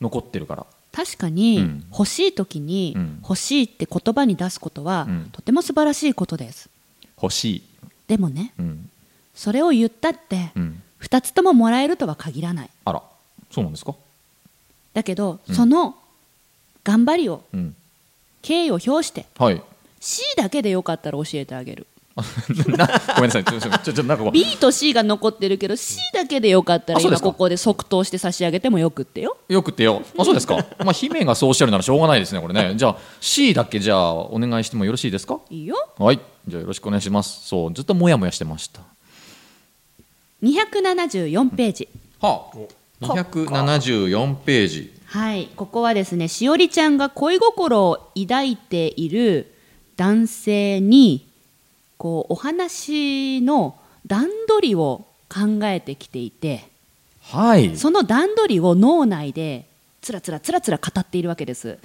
[SPEAKER 1] 残ってるから
[SPEAKER 2] 確か
[SPEAKER 1] う
[SPEAKER 2] に
[SPEAKER 1] ん
[SPEAKER 2] 欲しい時に
[SPEAKER 1] うん
[SPEAKER 2] 欲しいって言葉に出すことは
[SPEAKER 1] うん
[SPEAKER 2] とても素晴らしいことです。
[SPEAKER 1] 欲しい、
[SPEAKER 2] でもね
[SPEAKER 1] うん
[SPEAKER 2] それを言ったって
[SPEAKER 1] うん、
[SPEAKER 2] 2つとももらえるとは限らない。
[SPEAKER 1] あらそうなんですか、
[SPEAKER 2] だけど
[SPEAKER 1] うん
[SPEAKER 2] その頑張りを
[SPEAKER 1] うん、
[SPEAKER 2] 敬意を表して
[SPEAKER 1] はい
[SPEAKER 2] C だけでよかったら教えてあげる。
[SPEAKER 1] なごめんなさいちょちょちょちょなんかこう
[SPEAKER 2] B と C が残ってるけど C だけでよかったら
[SPEAKER 1] あそうで
[SPEAKER 2] 今
[SPEAKER 1] すか
[SPEAKER 2] ここで即答して差し上げてもよくってよ
[SPEAKER 1] よくってよ。あ、そうですか。まあ、姫がそうおっしゃるならしょうがないですね、これね。じゃあ、C だけじゃあ、お願いしてもよろしいですか
[SPEAKER 2] いいよ
[SPEAKER 1] はい。じゃあ、よろしくお願いします。そう、ずっともやもやしてました。
[SPEAKER 2] 274ページ
[SPEAKER 1] はあ、274ページ。
[SPEAKER 2] はいここはですねしおりちゃんが恋心を抱いている男性にこうお話の段取りを考えてきていて
[SPEAKER 1] はい。
[SPEAKER 2] その段取りを脳内でつらつらつらつら語っているわけです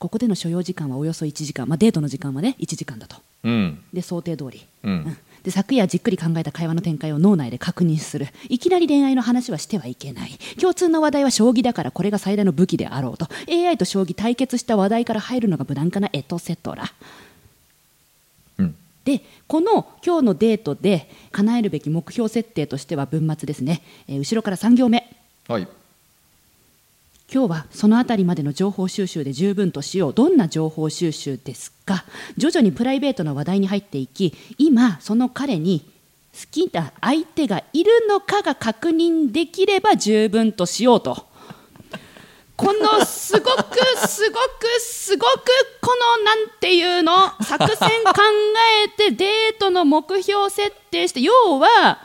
[SPEAKER 2] ここでの所要時間はおよそ1時間、まあ、デートの時間はね1時間だと
[SPEAKER 1] うん。
[SPEAKER 2] で想定通り
[SPEAKER 1] うん。
[SPEAKER 2] で昨夜じっくり考えた会話の展開を脳内で確認するいきなり恋愛の話はしてはいけない共通の話題は将棋だからこれが最大の武器であろうと AI と将棋対決した話題から入るのが無難かなエトセトラ
[SPEAKER 1] うん。
[SPEAKER 2] でこの今日のデートで叶えるべき目標設定としては文末ですね、えー後ろから3行目
[SPEAKER 1] はい。
[SPEAKER 2] 今日はそのあたりまでの情報収集で十分としようどんな情報収集ですか徐々にプライベートの話題に入っていき今その彼に好きな相手がいるのかが確認できれば十分としようとこのすごくすごくすごくこのなんていうの作戦考えてデートの目標設定して要は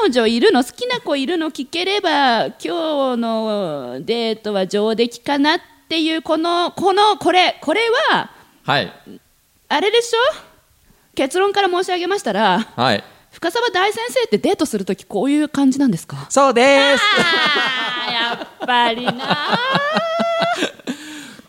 [SPEAKER 2] 彼女いるの好きな子いるの聞ければ今日のデートは上出来かなっていうこのこのこれこれは
[SPEAKER 1] はい。
[SPEAKER 2] あれでしょ結論から申し上げましたら
[SPEAKER 1] はい。
[SPEAKER 2] 深澤大先生ってデートするときこういう感じなんですか
[SPEAKER 1] そうです。
[SPEAKER 2] あーやっぱりな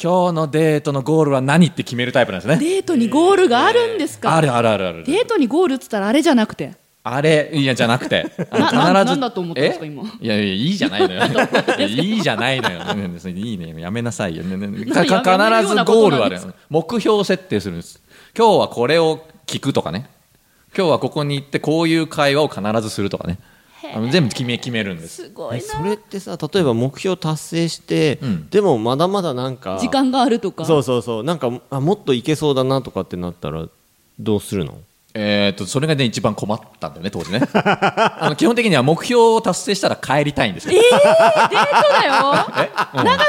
[SPEAKER 1] 今日のデートのゴールは何って決めるタイプなんですね。
[SPEAKER 2] デートにゴールがあるんですか、
[SPEAKER 1] あるあるあるある。
[SPEAKER 2] デートにゴールっつったらあれじゃなくて
[SPEAKER 1] あれ、いや、じゃなくて。あの
[SPEAKER 2] な
[SPEAKER 1] 必ず
[SPEAKER 2] ななんだと思ったんですか
[SPEAKER 1] え
[SPEAKER 2] 今
[SPEAKER 1] いやいや、いいじゃないの よ。いいじゃないのよ。ねねいいね、やめなさいよ。ね ねかか
[SPEAKER 2] やめ
[SPEAKER 1] 必
[SPEAKER 2] るよう
[SPEAKER 1] ず
[SPEAKER 2] な
[SPEAKER 1] ゴールは
[SPEAKER 2] ことな
[SPEAKER 1] あ
[SPEAKER 2] んで
[SPEAKER 1] る
[SPEAKER 2] すか
[SPEAKER 1] 目標設定するんです。今日はこれを聞くとかね。今日はここに行ってこういう会話を必ずするとかね。あの全部決め、決めるんです。
[SPEAKER 2] すごい
[SPEAKER 3] それってさ例えば目標達成して、
[SPEAKER 1] うん
[SPEAKER 3] でもまだまだなんか
[SPEAKER 2] 時間があるとか
[SPEAKER 3] そうそうそうなんかあもっといけそうだなとかってなったらどうするの
[SPEAKER 1] えーっと、それがね、一番困ったんだよね、当時ね。 あの基本的には目標を達成したら帰りたいんですよ。
[SPEAKER 2] デートだよ長くちょっとでも長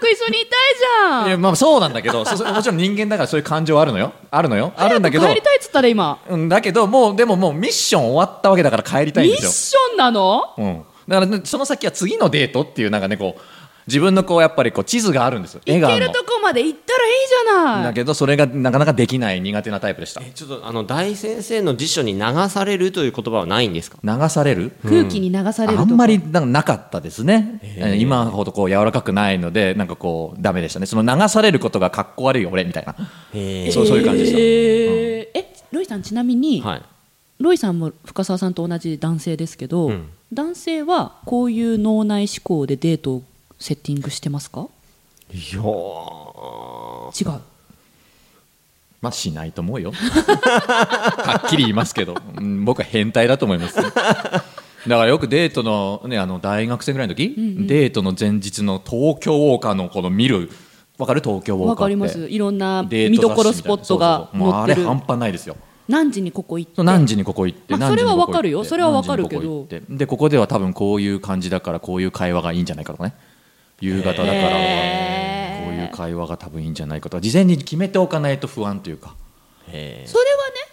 [SPEAKER 2] く一緒にいたい
[SPEAKER 1] い
[SPEAKER 2] じゃん
[SPEAKER 1] やまあそうなんだけど、そそ もちろん人間だからそういう感情はあるのよ。あるのよ。あるんだけど。
[SPEAKER 2] 帰りたいっつったら今
[SPEAKER 1] うん、だけど、もう、でももうミッション終わったわけだから帰りたいん
[SPEAKER 2] ミッ
[SPEAKER 1] ですよ。
[SPEAKER 2] ションなの
[SPEAKER 1] うん。だからね、その先は次のデートっていう、なんかね、こう、自分のこう、やっぱりこう、地図があるんですよ。絵
[SPEAKER 2] 行
[SPEAKER 1] があ
[SPEAKER 2] け
[SPEAKER 1] る
[SPEAKER 2] る
[SPEAKER 1] の。
[SPEAKER 2] とこまで行ったらいいじゃな
[SPEAKER 1] だ
[SPEAKER 2] い
[SPEAKER 1] けど、それがなかなかできない苦手なタイプでした。
[SPEAKER 3] えちょっとあの大先生の辞書に流されるという言葉はないんですか
[SPEAKER 1] 流される
[SPEAKER 2] 空気に流されると
[SPEAKER 1] あ
[SPEAKER 2] か
[SPEAKER 1] んまりなんかなかったですね、えー今ほどこう柔らかくないので、なんかこう、ダメでしたね、その流されることがかっこ悪いよ、俺みたいな、
[SPEAKER 3] へ
[SPEAKER 1] そうそういう感じでした
[SPEAKER 2] えーえロイさんちなみに、
[SPEAKER 3] はい
[SPEAKER 2] ロイさんも深澤さんと同じ男性ですけど、
[SPEAKER 3] うん
[SPEAKER 2] 男性はこういう脳内思考でデートをセッティングしてますか
[SPEAKER 3] いやー
[SPEAKER 2] 違う
[SPEAKER 1] まあ、しないと思 うよ、はっきり言いますけど、うん僕は変態だと思います。だからよくデートの,、ね、あの大学生ぐらいの時、デートの前日の東京ウォーカーのこの見るわかる東京ウォーカーって
[SPEAKER 2] わかりますいろんな
[SPEAKER 1] デー
[SPEAKER 2] 見
[SPEAKER 1] ト
[SPEAKER 2] ど
[SPEAKER 1] 雑誌みたいな
[SPEAKER 2] ころスポットが
[SPEAKER 1] そうそうそうもう
[SPEAKER 2] 載っ
[SPEAKER 1] あ
[SPEAKER 2] て
[SPEAKER 1] れ
[SPEAKER 2] る
[SPEAKER 1] 半端ないですよ
[SPEAKER 2] 何時にここ行って
[SPEAKER 1] そう何時にここ行って、
[SPEAKER 2] まあ
[SPEAKER 1] 何時に
[SPEAKER 2] それは
[SPEAKER 1] ここ行って
[SPEAKER 2] わかるよそれはわかるけど
[SPEAKER 1] 何時にここ行ってでここでは多分こういう感じだからこういう会話がいいんじゃないかとかね夕方だからは
[SPEAKER 2] へー
[SPEAKER 1] こういう会話が多分いいんじゃないかとか事前に決めておかないと不安というか
[SPEAKER 3] へ
[SPEAKER 2] それは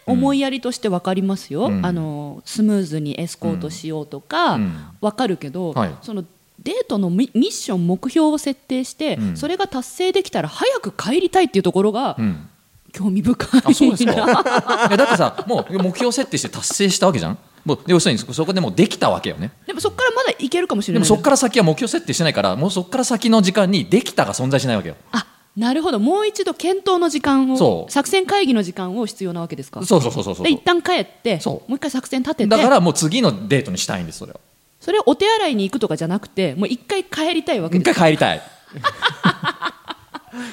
[SPEAKER 2] ね、思いやりとして分かりますよ、
[SPEAKER 1] うん
[SPEAKER 2] あのスムーズにエスコートしようとか、
[SPEAKER 1] う
[SPEAKER 2] わ
[SPEAKER 1] ん
[SPEAKER 2] 分かるけど、
[SPEAKER 1] はい
[SPEAKER 2] そのデートのミミッション目標を設定して、
[SPEAKER 1] ん
[SPEAKER 2] それが達成できたら早く帰りた いっていうところが、
[SPEAKER 1] うん
[SPEAKER 2] 興味深いな
[SPEAKER 1] あそうですか いやだってさもう目標設定して達成したわけじゃんもうで要するにそそこでもうできたわけよね
[SPEAKER 2] でもそこからまだいけるかもしれ
[SPEAKER 1] で
[SPEAKER 2] ない
[SPEAKER 1] もそ
[SPEAKER 2] です
[SPEAKER 1] こから先は目標設定してないからもうそこから先の時間にできたが存在しないわけよ
[SPEAKER 2] あなるほどもう一度検討の時間
[SPEAKER 1] そ
[SPEAKER 2] を
[SPEAKER 1] う
[SPEAKER 2] 作戦会議の時間を必要なわけですか
[SPEAKER 1] そうそうそうそうそう
[SPEAKER 2] で一旦帰って
[SPEAKER 1] そう
[SPEAKER 2] もう一回作戦立てて
[SPEAKER 1] だからもう次のデートにしたいんですそれを
[SPEAKER 2] それをお手洗いに行くとかじゃなくてもう一回帰りたいわけ
[SPEAKER 1] 一
[SPEAKER 2] です
[SPEAKER 1] 回帰りたい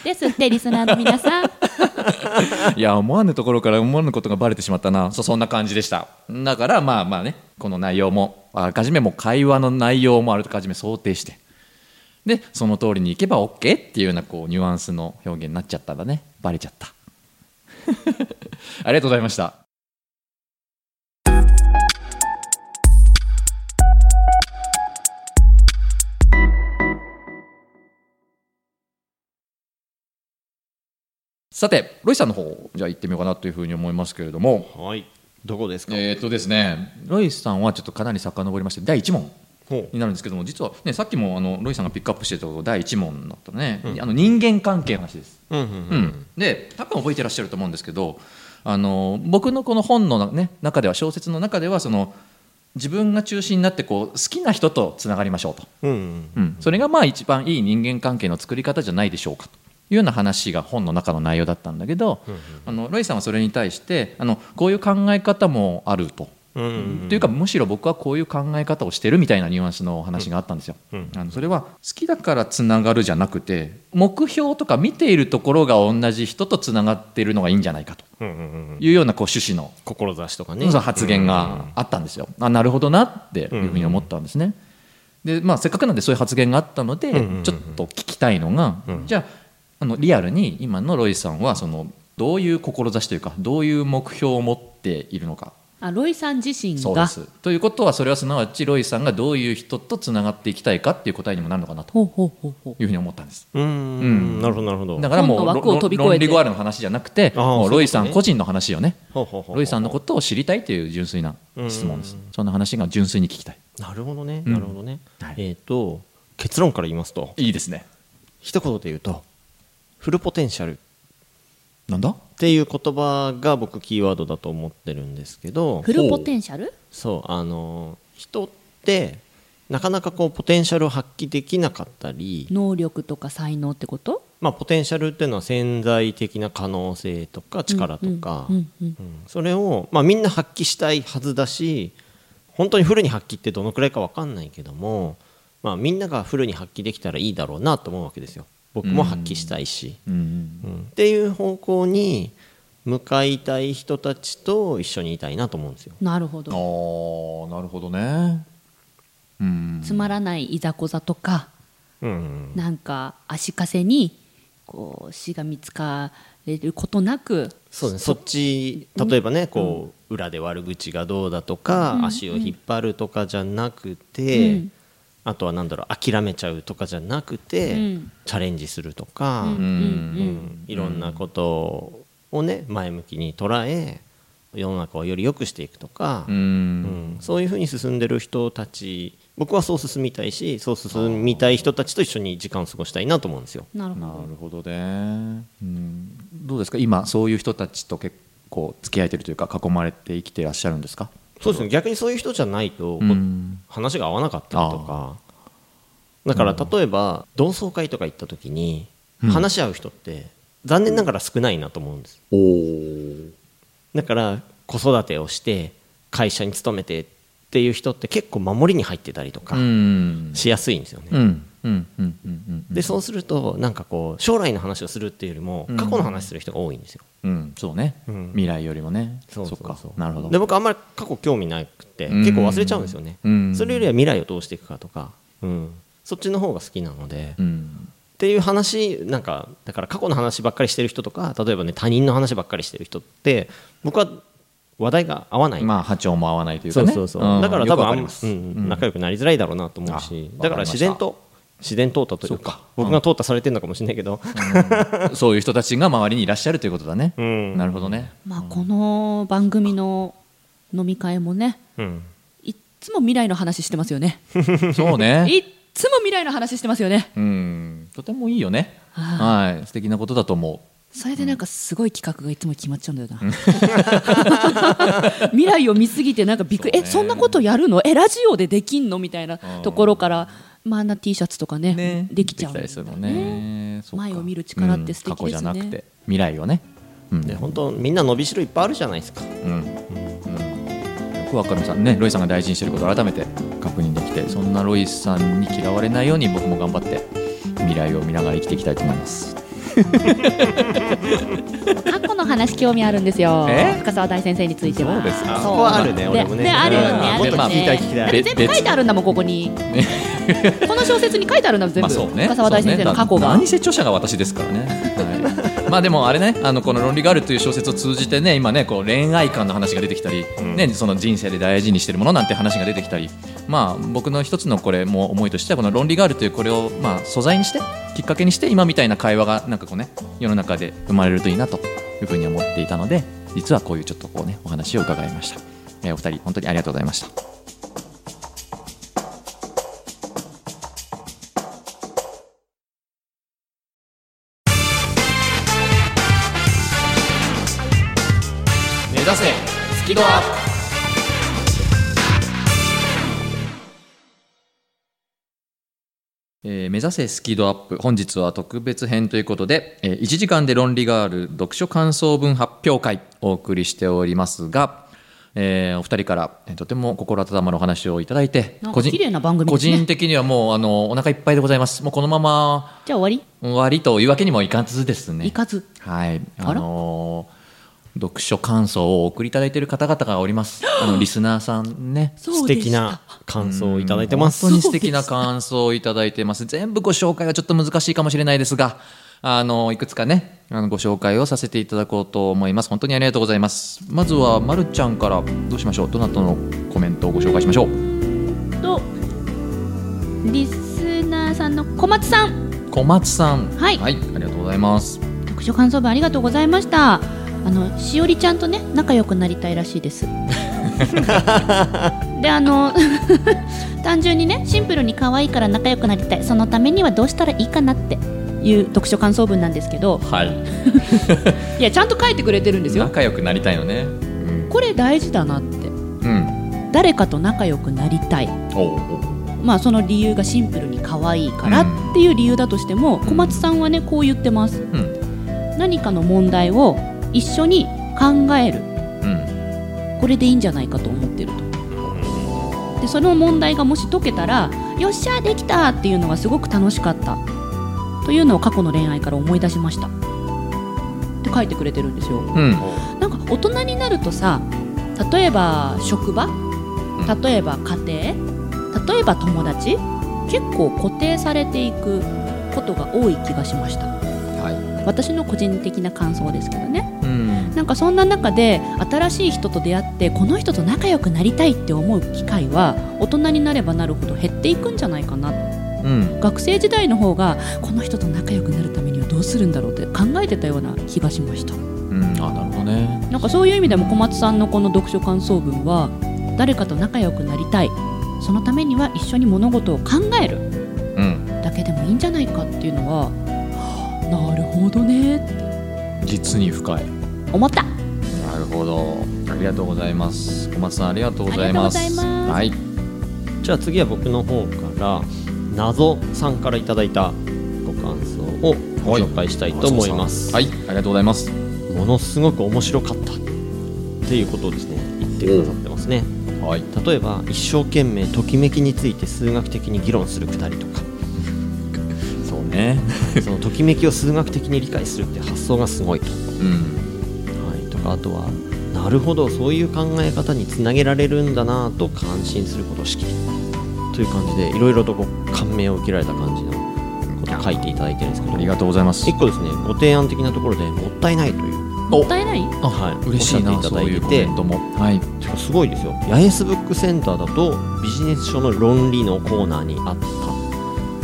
[SPEAKER 4] ですってリスナーの皆さん
[SPEAKER 1] いや思わぬところから思わぬことがバレてしまったなそそんな感じでしただからまあまあねこの内容もあらかじめもう会話の内容もあらかじめ想定してでその通りにいけば OK っていうようなこうニュアンスの表現になっちゃったんだねバレちゃった ありがとうございました。さて、ロイさんの方、じゃあ行ってみようかなというふうに思いますけれども、
[SPEAKER 5] はい。どこですか。
[SPEAKER 1] えーっとですね、ロイさんはちょっとかなり遡りまして、第1問
[SPEAKER 5] ほう
[SPEAKER 1] になるんですけども、実はね、さっきもあのロイさんがピックアップしてたこと、第1問だったね、あの人間関係の話です。
[SPEAKER 5] うんうん
[SPEAKER 1] う
[SPEAKER 5] うん
[SPEAKER 1] ん、で多分覚えてらっしゃると思うんですけどあの僕のこの本のな、ね、中では小説の中ではその自分が中心になってこう好きな人とつながりましょうと、
[SPEAKER 5] うんうん。
[SPEAKER 1] うん、それがまあ一番いい人間関係の作り方じゃないでしょうかというような話が本の中の内容だったんだけど、あのロイさんはそれに対してあのこういう考え方もあると。
[SPEAKER 5] うんうん
[SPEAKER 1] というかむしろ僕はこういう考え方をしてるみたいなニュアンスのお話があったんですよ。
[SPEAKER 5] うん
[SPEAKER 1] あのそれは好きだからつながるじゃなくて目標とか見ているところが同じ人とつながっているのがいいんじゃないかと
[SPEAKER 5] うんうんうん。
[SPEAKER 1] いうようなこう趣旨の
[SPEAKER 5] 志とかね。
[SPEAKER 1] その発言があったんですよ。あなるほどなっていうふうに思ったんですね。でまあ、せっかくなんでそういう発言があったので、
[SPEAKER 5] んうんうん
[SPEAKER 1] ちょっと聞きたいのが、
[SPEAKER 5] うん
[SPEAKER 1] じゃああのリアルに今のロイさんはそのどういう志というかどういう目標を持っているのか
[SPEAKER 2] あロイさん自身
[SPEAKER 1] そうで
[SPEAKER 2] が
[SPEAKER 1] すということはそれはすなわちロイさんがどういう人とつながっていきたいかっていう答えにもなるのかなと
[SPEAKER 2] ほうほうほうほう
[SPEAKER 1] いうふうに思ったんです
[SPEAKER 5] うんうんうん。なるほどなるほど。
[SPEAKER 1] だからもう
[SPEAKER 2] 本の枠を
[SPEAKER 1] ろ
[SPEAKER 2] 飛び越えて
[SPEAKER 1] 論理ゴアルの話じゃなくて
[SPEAKER 5] あー
[SPEAKER 1] もう
[SPEAKER 5] そういうことね
[SPEAKER 1] ロイさん個人の話をね
[SPEAKER 5] ほうほうほうほう
[SPEAKER 1] ロイさんのことを知りたいという純粋な質問ですそんな話が純粋に聞きたい
[SPEAKER 5] なるほどね。
[SPEAKER 1] うん
[SPEAKER 5] なるほどね
[SPEAKER 1] はい。
[SPEAKER 5] えっと結論から言いますと、
[SPEAKER 1] いいですね
[SPEAKER 5] 一言で言うと、フルポテンシャルっ
[SPEAKER 1] なんだ
[SPEAKER 5] ていう言葉が僕キーワードだと思ってるんですけど
[SPEAKER 2] フ、ルポテンシャル
[SPEAKER 5] そうあの人ってなかなかこうポテンシャルを発揮できなかったり、
[SPEAKER 2] 能力とか才能ってこと
[SPEAKER 5] まあ、ポテンシャルっていうのは潜在的な可能性とか力とか、
[SPEAKER 2] うんうん
[SPEAKER 5] うんそれを、まあ、みんな発揮したいはずだし本当にフルに発揮ってどのくらいか分かんないけども、まあ、みんながフルに発揮できたらいいだろうなと思うわけですよ僕も発揮したいし、
[SPEAKER 1] うん
[SPEAKER 5] うんっていう方向に向かいたい人たちと一緒にいたいなと思うんですよ
[SPEAKER 2] なるほ
[SPEAKER 1] ああ
[SPEAKER 2] ど
[SPEAKER 1] ーなるほどねうん
[SPEAKER 2] つまらないいざこざとか
[SPEAKER 5] うん
[SPEAKER 2] なんか足かせにこうしがみつかれることなく
[SPEAKER 5] そうね、そっち例えばねこう、裏で悪口がどうだとか、足を引っ張るとかじゃなくて、
[SPEAKER 2] うん
[SPEAKER 5] あとはなんだろう諦めちゃうとかじゃなくて、
[SPEAKER 2] うん
[SPEAKER 5] チャレンジするとか、
[SPEAKER 2] うんうん
[SPEAKER 5] いろんなことをね前向きに捉え世の中をより良くしていくとか、
[SPEAKER 1] う
[SPEAKER 5] うんんそういうふうに進んでる人たち僕はそう進みたいしそう進みたい人たちと一緒に時間を過ごしたいなと思うんですよ。
[SPEAKER 2] なるほ
[SPEAKER 1] な
[SPEAKER 2] ど
[SPEAKER 1] るほどね、うん、どうですか今そういう人たちと結構付き合えてるというか囲まれて生きてらっしゃるんですか
[SPEAKER 5] そうですね逆にそういう人じゃないと、こう
[SPEAKER 1] うん
[SPEAKER 5] 話が合わなかったりとかだから例えば同窓会とか行った時に話し合う人って残念ながら少ないなと思うんです
[SPEAKER 1] おお
[SPEAKER 5] だから子育てをして会社に勤めてっていう人って結構守りに入ってたりとか
[SPEAKER 1] うん
[SPEAKER 5] しやすいんですよね、
[SPEAKER 1] うんうんうんうん
[SPEAKER 5] でそうするとなんかこう将来の話をするっていうよりも過去の話する人が多いんですよ、
[SPEAKER 1] うんそうね、
[SPEAKER 5] うん
[SPEAKER 1] 未来よりもね
[SPEAKER 5] そうそうそう
[SPEAKER 1] そっかなるほど
[SPEAKER 5] で僕あんまり過去興味なくて
[SPEAKER 1] うん
[SPEAKER 5] 結構忘れちゃうんですよね、
[SPEAKER 1] うん
[SPEAKER 5] それよりは未来をどうしていくかとか、うん、そっちの方が好きなので、
[SPEAKER 1] う
[SPEAKER 5] っ
[SPEAKER 1] ん
[SPEAKER 5] ていう話なんかだから過去の話ばっかりしてる人とか例えばね他人の話ばっかりしてる人って僕は話題が合わない、
[SPEAKER 1] まあ波長も合わないという
[SPEAKER 5] そ
[SPEAKER 1] か
[SPEAKER 5] う
[SPEAKER 1] ね
[SPEAKER 5] そうそう、
[SPEAKER 1] ん
[SPEAKER 5] だから多
[SPEAKER 1] よく
[SPEAKER 5] 分
[SPEAKER 1] わ
[SPEAKER 5] あ
[SPEAKER 1] か
[SPEAKER 5] ん
[SPEAKER 1] り
[SPEAKER 5] ま
[SPEAKER 1] ます
[SPEAKER 5] うんうん仲良くなりづらいだろうなと思うし
[SPEAKER 1] あ
[SPEAKER 5] だから自然と自然淘汰というか僕が淘汰されてるのかもしれないけど、
[SPEAKER 1] そういう人たちが周りにいらっしゃるということだね、
[SPEAKER 5] うん
[SPEAKER 1] なるほどね
[SPEAKER 2] まあこの番組の飲み会もね
[SPEAKER 5] うん
[SPEAKER 2] いっつも未来の話してますよね
[SPEAKER 1] そう
[SPEAKER 2] い
[SPEAKER 1] ね
[SPEAKER 2] っつも未来の話してますよね
[SPEAKER 1] うんとてもいいよね
[SPEAKER 2] は
[SPEAKER 1] はい素敵なことだと思
[SPEAKER 2] それでなんかすごい企画がいつも決まっちゃうんだよな 未来を見すぎてなんかびっく
[SPEAKER 1] そ
[SPEAKER 2] り
[SPEAKER 1] う
[SPEAKER 2] え
[SPEAKER 1] ね
[SPEAKER 2] そんなことやるのえラジオでできんのみたいなところから、まあ、あんな T シャツとかね
[SPEAKER 1] うね
[SPEAKER 2] できちゃうんだ
[SPEAKER 1] で
[SPEAKER 2] よ
[SPEAKER 1] きたりするもんねそっか
[SPEAKER 2] 前を見る力って素敵
[SPEAKER 1] うん過去じ
[SPEAKER 2] で
[SPEAKER 1] ゃ
[SPEAKER 2] すね
[SPEAKER 1] なくて未来をねうん
[SPEAKER 5] で本当みんな伸びしろいっぱいあるじゃないですか
[SPEAKER 1] うんよくわかりましたねロイさんが大事にしてることを改めて確認できてそんなロイさんに嫌われないように僕も頑張って未来を見ながら生きていきたいと思います
[SPEAKER 2] 過去の話興味あるんですよ
[SPEAKER 1] え
[SPEAKER 2] 深澤大先生については
[SPEAKER 1] そうですか
[SPEAKER 5] そこはあるね
[SPEAKER 2] で
[SPEAKER 5] 俺もね
[SPEAKER 2] であるよね
[SPEAKER 5] うん
[SPEAKER 2] あるよね、
[SPEAKER 1] まあ
[SPEAKER 5] 聞きたい聞きたい
[SPEAKER 2] だって全部書いてあるんだもんこ こにこの小説に書いてあるんだもん全
[SPEAKER 1] ま
[SPEAKER 2] 部、
[SPEAKER 1] あそうね
[SPEAKER 2] 深澤大先生の過去
[SPEAKER 1] そうね
[SPEAKER 2] が、
[SPEAKER 1] 何せ著者が私ですからね、はいまあでもあれねあのこの「論理がある」という小説を通じてね今ねこう恋愛観の話が出てきたり、
[SPEAKER 5] うん
[SPEAKER 1] ね、その人生で大事にしてるものなんて話が出てきたりまあ僕の一つのこれもう思いとしてはこの「論理がある」というこれをまあ素材にしてきっかけにして今みたいな会話がなんかこうね世の中で生まれるといいなというふうに思っていたので実はこういうちょっとこうねお話を伺いました、えーお二人本当にありがとうございました目指せスキドアえー目指せスキードアップ本日は特別編ということで、え1時間で論理がある読書感想文発表会お送りしておりますが、えーお二人から、えーとても心温まるお話をいただいて
[SPEAKER 2] なんか
[SPEAKER 1] 個人
[SPEAKER 2] 綺麗な番組ですね
[SPEAKER 1] 個人的にはもうあのお腹いっぱいでございますもうこのまま
[SPEAKER 2] じゃあ終わ
[SPEAKER 1] 終わりというわけにもいかずですね
[SPEAKER 2] りいかず
[SPEAKER 1] はい、
[SPEAKER 2] あら
[SPEAKER 1] あのー読書感想をお送りいただいている方々がおります。あのリスナーさんね。
[SPEAKER 5] 素敵な感想をいただいてます
[SPEAKER 1] 本当に素敵な感想をいただいてます。全部ご紹介はちょっと難しいかもしれないですが、あのいくつかね、あのご紹介をさせていただこうと思います。本当にありがとうございます。まずはまるちゃんからどうしましょう。どなたのコメントをご紹介しましょう。
[SPEAKER 4] とリスナーさんの小松さん
[SPEAKER 1] 小松さん。
[SPEAKER 4] はい
[SPEAKER 1] ありがとうございます。
[SPEAKER 4] 読書感想文ありがとうございましたあのしおりちゃんとね仲良くなりたいらしいですであの 単純にねシンプルに可愛いから仲良くなりたいそのためにはどうしたらいいかなっていう読書感想文なんですけど
[SPEAKER 1] はい。
[SPEAKER 2] いやちゃんと書いてくれてるんですよ
[SPEAKER 1] 仲良くなりたいのね。うん。
[SPEAKER 2] これ大事だなって
[SPEAKER 1] うん。
[SPEAKER 2] 誰かと仲良くなりたい
[SPEAKER 1] おうおう
[SPEAKER 2] まあその理由がシンプルに可愛いからっていう理由だとしても、小松さんはねこう言ってます、
[SPEAKER 1] ん
[SPEAKER 2] 何かの問題を一緒に考える
[SPEAKER 1] うん。
[SPEAKER 2] これでいいんじゃないかと思ってるとでその問題がもし解けたらよっしゃできたっていうのがすごく楽しかったというのを過去の恋愛から思い出しましたって書いてくれてるんですよ
[SPEAKER 1] うん。
[SPEAKER 2] なんか大人になるとさ例えば職場
[SPEAKER 1] ん
[SPEAKER 2] 例えば家庭例えば友達結構固定されていくことが多い気がしました
[SPEAKER 1] は
[SPEAKER 2] 私の個人的な感想ですけどね
[SPEAKER 1] い。うん。
[SPEAKER 2] なんかそんな中で新しい人と出会ってこの人と仲良くなりたいって思う機会は大人になればなるほど減っていくんじゃないかな
[SPEAKER 1] うん。
[SPEAKER 2] 学生時代の方がこの人と仲良くなるためにはどうするんだろうって考えてたような気がしました
[SPEAKER 1] うん。あ、なるほどね。
[SPEAKER 2] なんかそういう意味でも小松さんのこの読書感想文は誰かと仲良くなりたいそのためには一緒に物事を考える
[SPEAKER 1] うん。
[SPEAKER 2] だけでもいいんじゃないかっていうのははあなるほどねって
[SPEAKER 1] 実に深い。
[SPEAKER 2] 思った
[SPEAKER 1] なるほど。ありがとうございます。小松さん、ありがとうございます。
[SPEAKER 2] ありがとうございます
[SPEAKER 1] はい。
[SPEAKER 5] じゃあ次は僕の方から謎さんからいただいたご感想をご紹介したいと思います、
[SPEAKER 1] はい、ありがとうございます。
[SPEAKER 5] ものすごく面白かったっていうことをですね言ってくださってますね
[SPEAKER 1] はい。
[SPEAKER 5] 例えば一生懸命ときめきについて数学的に議論するくだり とか
[SPEAKER 1] そうね。
[SPEAKER 5] そのときめきを数学的に理解するっていう発想がすごいと,、
[SPEAKER 1] うん。
[SPEAKER 5] はい、とかあとはなるほどそういう考え方につなげられるんだなぁと感心することしきりという感じでいろいろとこう感銘を受けられた感じのことを書いていただいてるんですけど
[SPEAKER 1] ありがとうございます。
[SPEAKER 5] 一個ですねご提案的なところでもったいないという、
[SPEAKER 1] お
[SPEAKER 4] もったいない
[SPEAKER 1] あ
[SPEAKER 5] はい
[SPEAKER 1] 嬉しい
[SPEAKER 5] お
[SPEAKER 1] な、
[SPEAKER 5] っしゃっていた
[SPEAKER 1] そ
[SPEAKER 5] だ
[SPEAKER 1] う
[SPEAKER 5] い
[SPEAKER 1] いう
[SPEAKER 5] てて
[SPEAKER 1] コメントも。はい。
[SPEAKER 5] しかもすごいですよ八重洲ブックセンターだとビジネス書の論理のコーナーにあった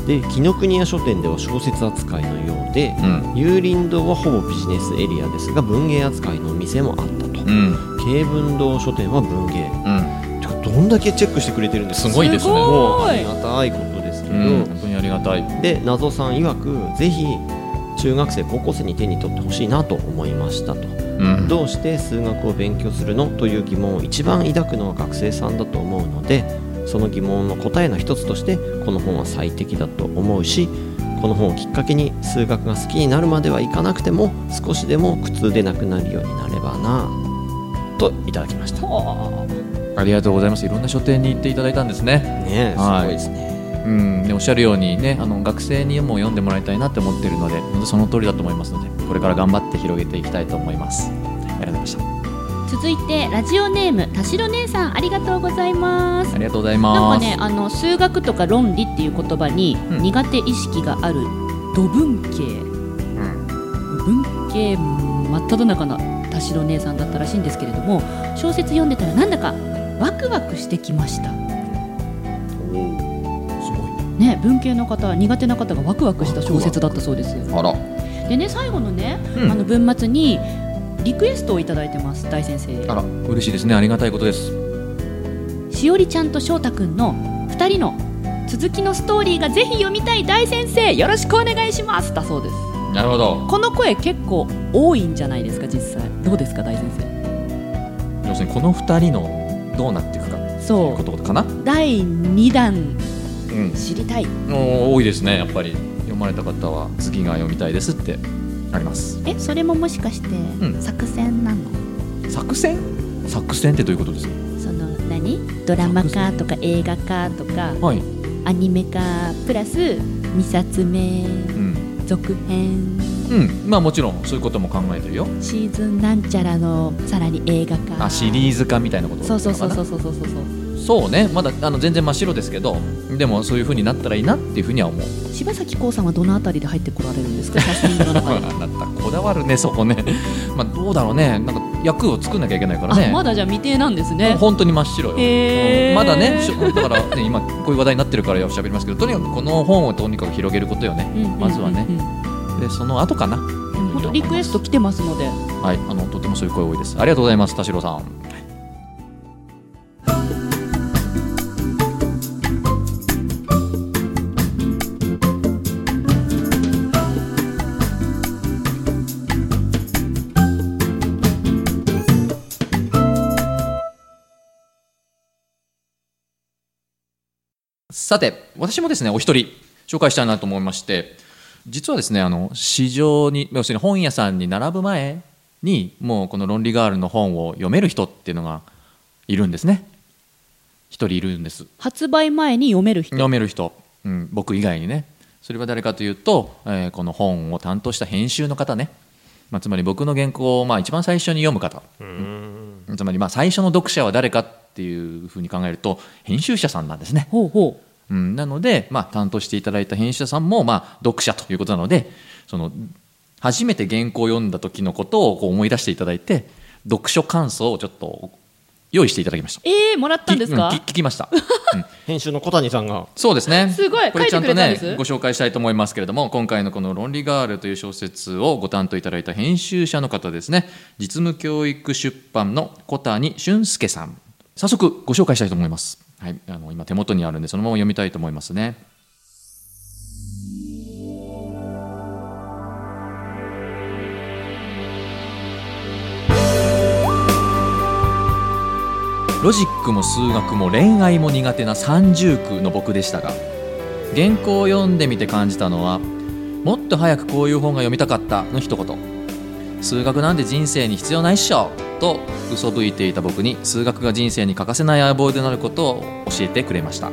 [SPEAKER 5] で紀ノ国屋書店では小説扱いのようで
[SPEAKER 1] うん。
[SPEAKER 5] 有林堂はほぼビジネスエリアですが文芸扱いの店もあったと
[SPEAKER 1] うん。
[SPEAKER 5] 慶文堂書店は文芸
[SPEAKER 1] うん。
[SPEAKER 5] てかどんだけチェックしてくれてるんですか
[SPEAKER 1] すごいですね
[SPEAKER 5] もうありがたいことですけど、
[SPEAKER 1] うん。本当にありがたい。
[SPEAKER 5] で謎さん曰くぜひ中学生高校生に手に取ってほしいなと思いましたと、
[SPEAKER 1] うん。
[SPEAKER 5] どうして数学を勉強するのという疑問を一番抱くのは学生さんだと思うのでその疑問の答えの一つとしてこの本は最適だと思うしこの本をきっかけに数学が好きになるまではいかなくても少しでも苦痛でなくなるようになればなといただきました
[SPEAKER 1] ありがとうございます。いろんな書店に行っていただいたんですね。
[SPEAKER 5] ねえす
[SPEAKER 1] はい
[SPEAKER 5] ごいですね、
[SPEAKER 1] うん。でおっしゃるようにね、あの学生にも読んでもらいたいなって思ってるので、本当にその通りだと思いますので、これから頑張って広げていきたいと思います。ありがとうございました。
[SPEAKER 4] 続いてラジオネーム田代姉さんありがとうございます
[SPEAKER 1] ありがとうござい
[SPEAKER 4] な
[SPEAKER 1] ま
[SPEAKER 4] ん
[SPEAKER 1] す。
[SPEAKER 4] かねあの数学とか論理っていう言葉に
[SPEAKER 1] うん
[SPEAKER 4] 苦手意識がある土文
[SPEAKER 1] う
[SPEAKER 4] 系、
[SPEAKER 1] ん
[SPEAKER 4] 文
[SPEAKER 2] け真っ只中の田代姉さんだったらしいんですけれども小説読んでたらなんだかワクワクしてきました
[SPEAKER 5] すごいね
[SPEAKER 2] ね文系の方苦手な方がワクワクした小説だったそうです
[SPEAKER 1] あら
[SPEAKER 2] でね最後のね、
[SPEAKER 1] うん
[SPEAKER 2] あの文末にリクエストをいただいてます大先生
[SPEAKER 1] あら嬉しいですねありがたいことです
[SPEAKER 2] しおりちゃんと翔太くんの2人の続きのストーリーがぜひ読みたい大先生よろしくお願いしますだそうです
[SPEAKER 1] なるほど
[SPEAKER 2] この声結構多いんじゃないですか実際どうですか大先生
[SPEAKER 1] 要するにこの2人のどうなっていくかっていう
[SPEAKER 2] そ
[SPEAKER 1] ことかな
[SPEAKER 2] う第2弾
[SPEAKER 1] うん
[SPEAKER 2] 知りたい
[SPEAKER 1] おー多いですねやっぱり読まれた方は次が読みたいですってあります
[SPEAKER 4] えそれももしかして
[SPEAKER 1] ん
[SPEAKER 4] 作戦なの、
[SPEAKER 1] 作戦作戦ってどういうことですか
[SPEAKER 4] その何ドラマ化とか映画化とか
[SPEAKER 1] はい、
[SPEAKER 4] アニメ化プラス2冊目
[SPEAKER 1] うん
[SPEAKER 4] 続編
[SPEAKER 1] うん、まあもちろんそういうことも考えてるよ
[SPEAKER 4] シーズンなんちゃらのさらに映画化
[SPEAKER 1] あシリーズ化みたいなこと
[SPEAKER 2] そうそうそうそううそうそうそうそう
[SPEAKER 1] そうねまだあの全然真っ白ですけどでもそういうふうになったらいいなっていうふうには思う
[SPEAKER 2] 柴咲コウさんはどのあたりで入ってこられるんで すかキャスティングの中
[SPEAKER 1] あ
[SPEAKER 2] に
[SPEAKER 1] なったこだわるねそこね まあどうだろうねなんか役を作んなきゃいけないからね
[SPEAKER 2] あまだじゃあ未定なんです
[SPEAKER 1] もう
[SPEAKER 2] ね
[SPEAKER 1] 本当に真っ白よ、
[SPEAKER 2] へー
[SPEAKER 1] うんまだねしょだ から、ね、今こういう話題になってるからよしゃべりますけどとにかくこの本をとにかく広げることよね、まずはねでその後かな
[SPEAKER 2] 本当リクエスト来てますので
[SPEAKER 1] はいあのとてもそういう声多いですありがとうございます田代さんさて私もですねお一人紹介したいなと思いまして実はですねあの市場に要するに本屋さんに並ぶ前にもうこの「論理ガール」の本を読める人っていうのがいるんですね一人いるんです
[SPEAKER 2] 発売前に読める人
[SPEAKER 1] 読める人、うん、僕以外にねそれは誰かというと、えーこの本を担当した編集の方ね、まあ、つまり僕の原稿をまあ一番最初に読む方つまりまあ最初の読者は誰かっていうふうに考えると編集者さんなんですね
[SPEAKER 2] ほうほう
[SPEAKER 1] うん、なので、まあ、担当していただいた編集者さんも、まあ、読者ということなのでその初めて原稿を読んだ時のことをこう思い出していただいて読書感想をちょっと用意していただきました。
[SPEAKER 2] えー、もらったんですか
[SPEAKER 1] きうんき聞きました、うん
[SPEAKER 5] 編集の小谷さんが
[SPEAKER 1] そうですね。
[SPEAKER 2] すごい
[SPEAKER 1] これちゃんと
[SPEAKER 2] 書
[SPEAKER 1] ね
[SPEAKER 2] いてくれたんです、
[SPEAKER 1] ご紹介したいと思いますけれども、今回のこの論理ガールという小説をご担当いただいた編集者の方ですね、実務教育出版の小谷俊介さん。早速ご紹介したいと思います。はい、あの今手元にあるんでそのまま読みたいと思いますね。ロジックも数学も恋愛も苦手な三重苦の僕でしたが原稿を読んでみて感じたのはもっと早くこういう本が読みたかったの一言数学なんて人生に必要ないっしょと嘘吹いていた僕に数学が人生に欠かせない相棒でなることを教えてくれました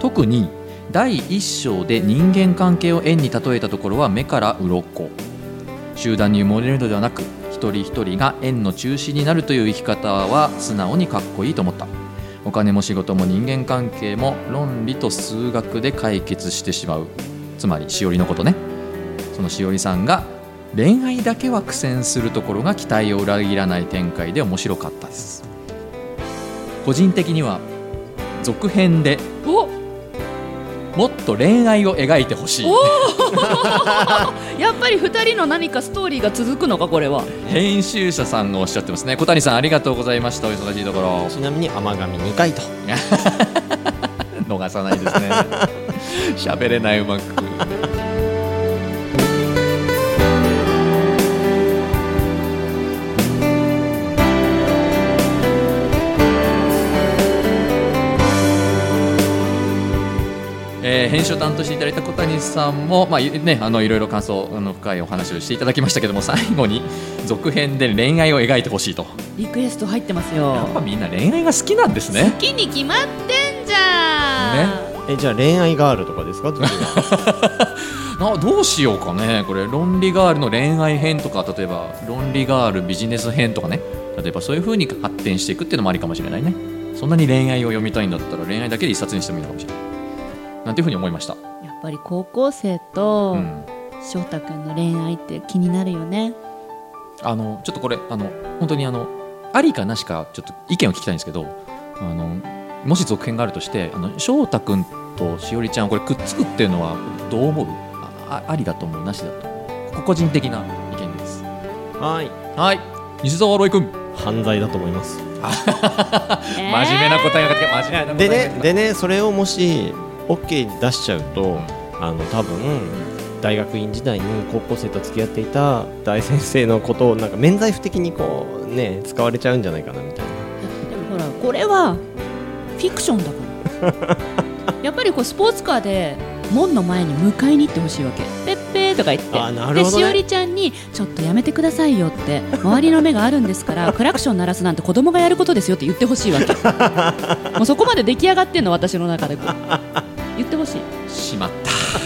[SPEAKER 1] 特に第一章で人間関係を円に例えたところは目から鱗集団に埋もれるのではなく一人一人が円の中心になるという生き方は素直にかっこいいと思ったお金も仕事も人間関係も論理と数学で解決してしまうつまりしおりのことねそのしおりさんが恋愛だけは苦戦するところが期待を裏切らない展開で面白かったです個人的には続編で
[SPEAKER 2] お
[SPEAKER 1] もっと恋愛を描いてほしい
[SPEAKER 2] やっぱり2人の何かストーリーが続くのかこれは
[SPEAKER 1] 編集者さんがおっしゃってますね小谷さんありがとうございましたお忙しいところ
[SPEAKER 5] ちなみに甘神2回と
[SPEAKER 1] 逃さないですね喋れないうまくえー編集を担当していただいた小谷さんも、まあいね、あのいろいろ感想あの深いお話をしていただきましたけども最後に続編で恋愛を描いてほしいと
[SPEAKER 2] リクエスト入ってます
[SPEAKER 1] や
[SPEAKER 2] よ
[SPEAKER 1] っぱみんな恋愛が好きなんですね
[SPEAKER 4] 好。きに決まってんじゃん、
[SPEAKER 5] えじゃあ恋愛ガールとかですか次は
[SPEAKER 1] などうしようかねこれ論理ガールの恋愛編とか例えば論理ガールビジネス編とかね例えばそういう風に発展していくっていうのもありかもしれないねそんなに恋愛を読みたいんだったら恋愛だけで一冊にしてもいいのかもしれないなんていう風に思いました、
[SPEAKER 4] やっぱり高校生と
[SPEAKER 1] うん
[SPEAKER 2] 翔太君の恋愛って気になるよね
[SPEAKER 1] あのちょっとこれあの本当にあのありかなしかちょっと意見を聞きたいんですけどあのもし続編があるとしてあの翔太君としおりちゃんをこれくっつくっていうのはどう思うああありだと思うなしだと思う個人的な意見です
[SPEAKER 5] はい
[SPEAKER 1] はい西澤ロイ君
[SPEAKER 5] 犯罪だと思います
[SPEAKER 1] 真面目な答えが出て真面目な答え
[SPEAKER 5] で
[SPEAKER 1] が
[SPEAKER 5] ねでねそれをもし OK 出しちゃうとあの多分大学院時代に高校生と付き合っていた大先生のことをなんか免罪符的にこうね使われちゃうんじゃないかなみたいな
[SPEAKER 2] でもほらこれはフィクションだから やっぱりこうスポーツカーで門の前に迎えに行ってほしいわけ「ペッペー」とか言って
[SPEAKER 5] あなるほどね
[SPEAKER 2] でしおりちゃんに「ちょっとやめてくださいよ」って周りの目があるんですから クラクション鳴らすなんて子供がやることですよって言ってほしいわけ もうそこまで出来上がってんの私の中でこう言ってほしい
[SPEAKER 1] しまっ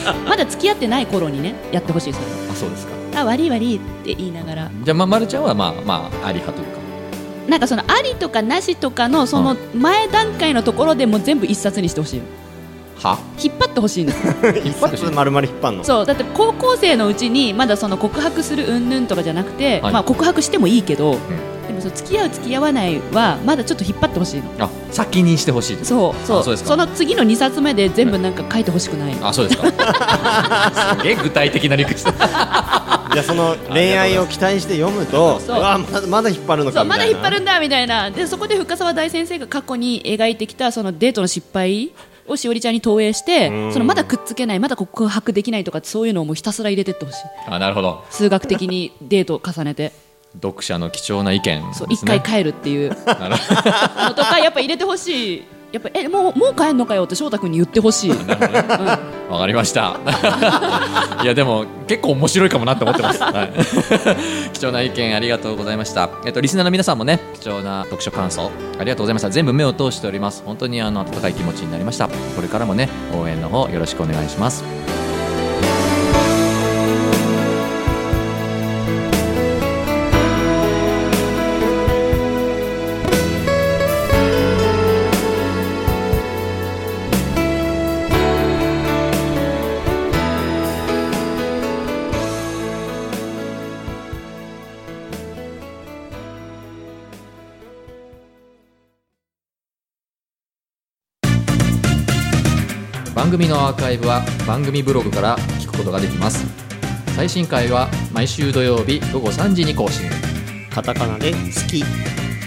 [SPEAKER 1] た
[SPEAKER 2] まだ付き合ってない頃にねやってほしいそれ
[SPEAKER 1] あそうですか
[SPEAKER 2] あ悪い悪いって言いながら
[SPEAKER 1] じゃあ、ま、まるちゃんはまあまああり派というか
[SPEAKER 2] なんかそのありとかなしとかのその前段階のところでもう全部一冊にしてほしい
[SPEAKER 1] は
[SPEAKER 2] 引っ張ってほしいの
[SPEAKER 1] 引っ張ってしまう
[SPEAKER 5] 丸々引っ張んの
[SPEAKER 2] そうだって高校生のうちにまだその告白する云々とかじゃなくて、
[SPEAKER 1] はい
[SPEAKER 2] まあ告白してもいいけど、でもその付き合う付き合わないはまだちょっと引っ張ってほしいの
[SPEAKER 1] あ先にしてほしいです
[SPEAKER 2] そうそう
[SPEAKER 1] あそうですか
[SPEAKER 2] の次の2冊目で全部なんか書いてほしくない、
[SPEAKER 1] あそうですか すげえ具体的な理屈 だ
[SPEAKER 5] じゃあその恋愛を期待して読むとう
[SPEAKER 2] そう
[SPEAKER 5] わまだまだ引っ張るの
[SPEAKER 2] そ
[SPEAKER 5] か
[SPEAKER 2] う
[SPEAKER 5] みた
[SPEAKER 2] ま
[SPEAKER 5] い
[SPEAKER 2] だ引
[SPEAKER 5] な
[SPEAKER 2] っ張るんだみたいなでそこで深澤大先生が過去に描いてきたそのデートの失敗をしおりちゃんに投影して
[SPEAKER 5] うん
[SPEAKER 2] そのまだくっつけないまだ告白できないとかそういうのをもうひたすら入れてってほしい
[SPEAKER 1] あなるほど
[SPEAKER 2] 数学的にデートを重ねて
[SPEAKER 1] 読者の貴重な意見
[SPEAKER 2] そう
[SPEAKER 1] で
[SPEAKER 2] 一
[SPEAKER 1] すね
[SPEAKER 2] 回帰るっていう
[SPEAKER 1] なるほど
[SPEAKER 2] のとかやっぱ入れてほしいやっぱえもうもう帰んのかよって翔太君に言って ほしい、うん、
[SPEAKER 1] わかりました。 いやでも結構面白いかもなって思ってます。はい、 貴重な意見ありがとうございました。えっとリスナーの皆さんもね貴重な読書感想ありがとうございました。全部目を通しております。本当にあの温かい気持ちになりました。これからもね応援の方よろしくお願いします。番組のアーカイブは番組ブログから聞くことができます。最新回は毎週土曜日午後3時に更新。
[SPEAKER 5] カタカナで「好き」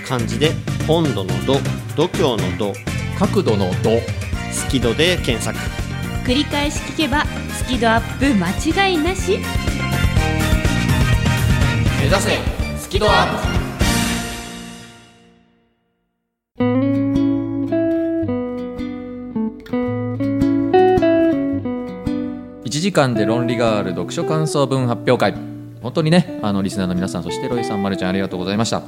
[SPEAKER 5] 漢字で「温度の度」「度胸の度」
[SPEAKER 1] 角度の度
[SPEAKER 5] 「好き度」で検索
[SPEAKER 4] 繰り返し聞けばスキドアップ間違いなし
[SPEAKER 1] 目指せスキドアップ。1時間で論理ガール読書感想文発表会本当にねあのリスナーの皆さんそしてロイさんまるちゃんありがとうございました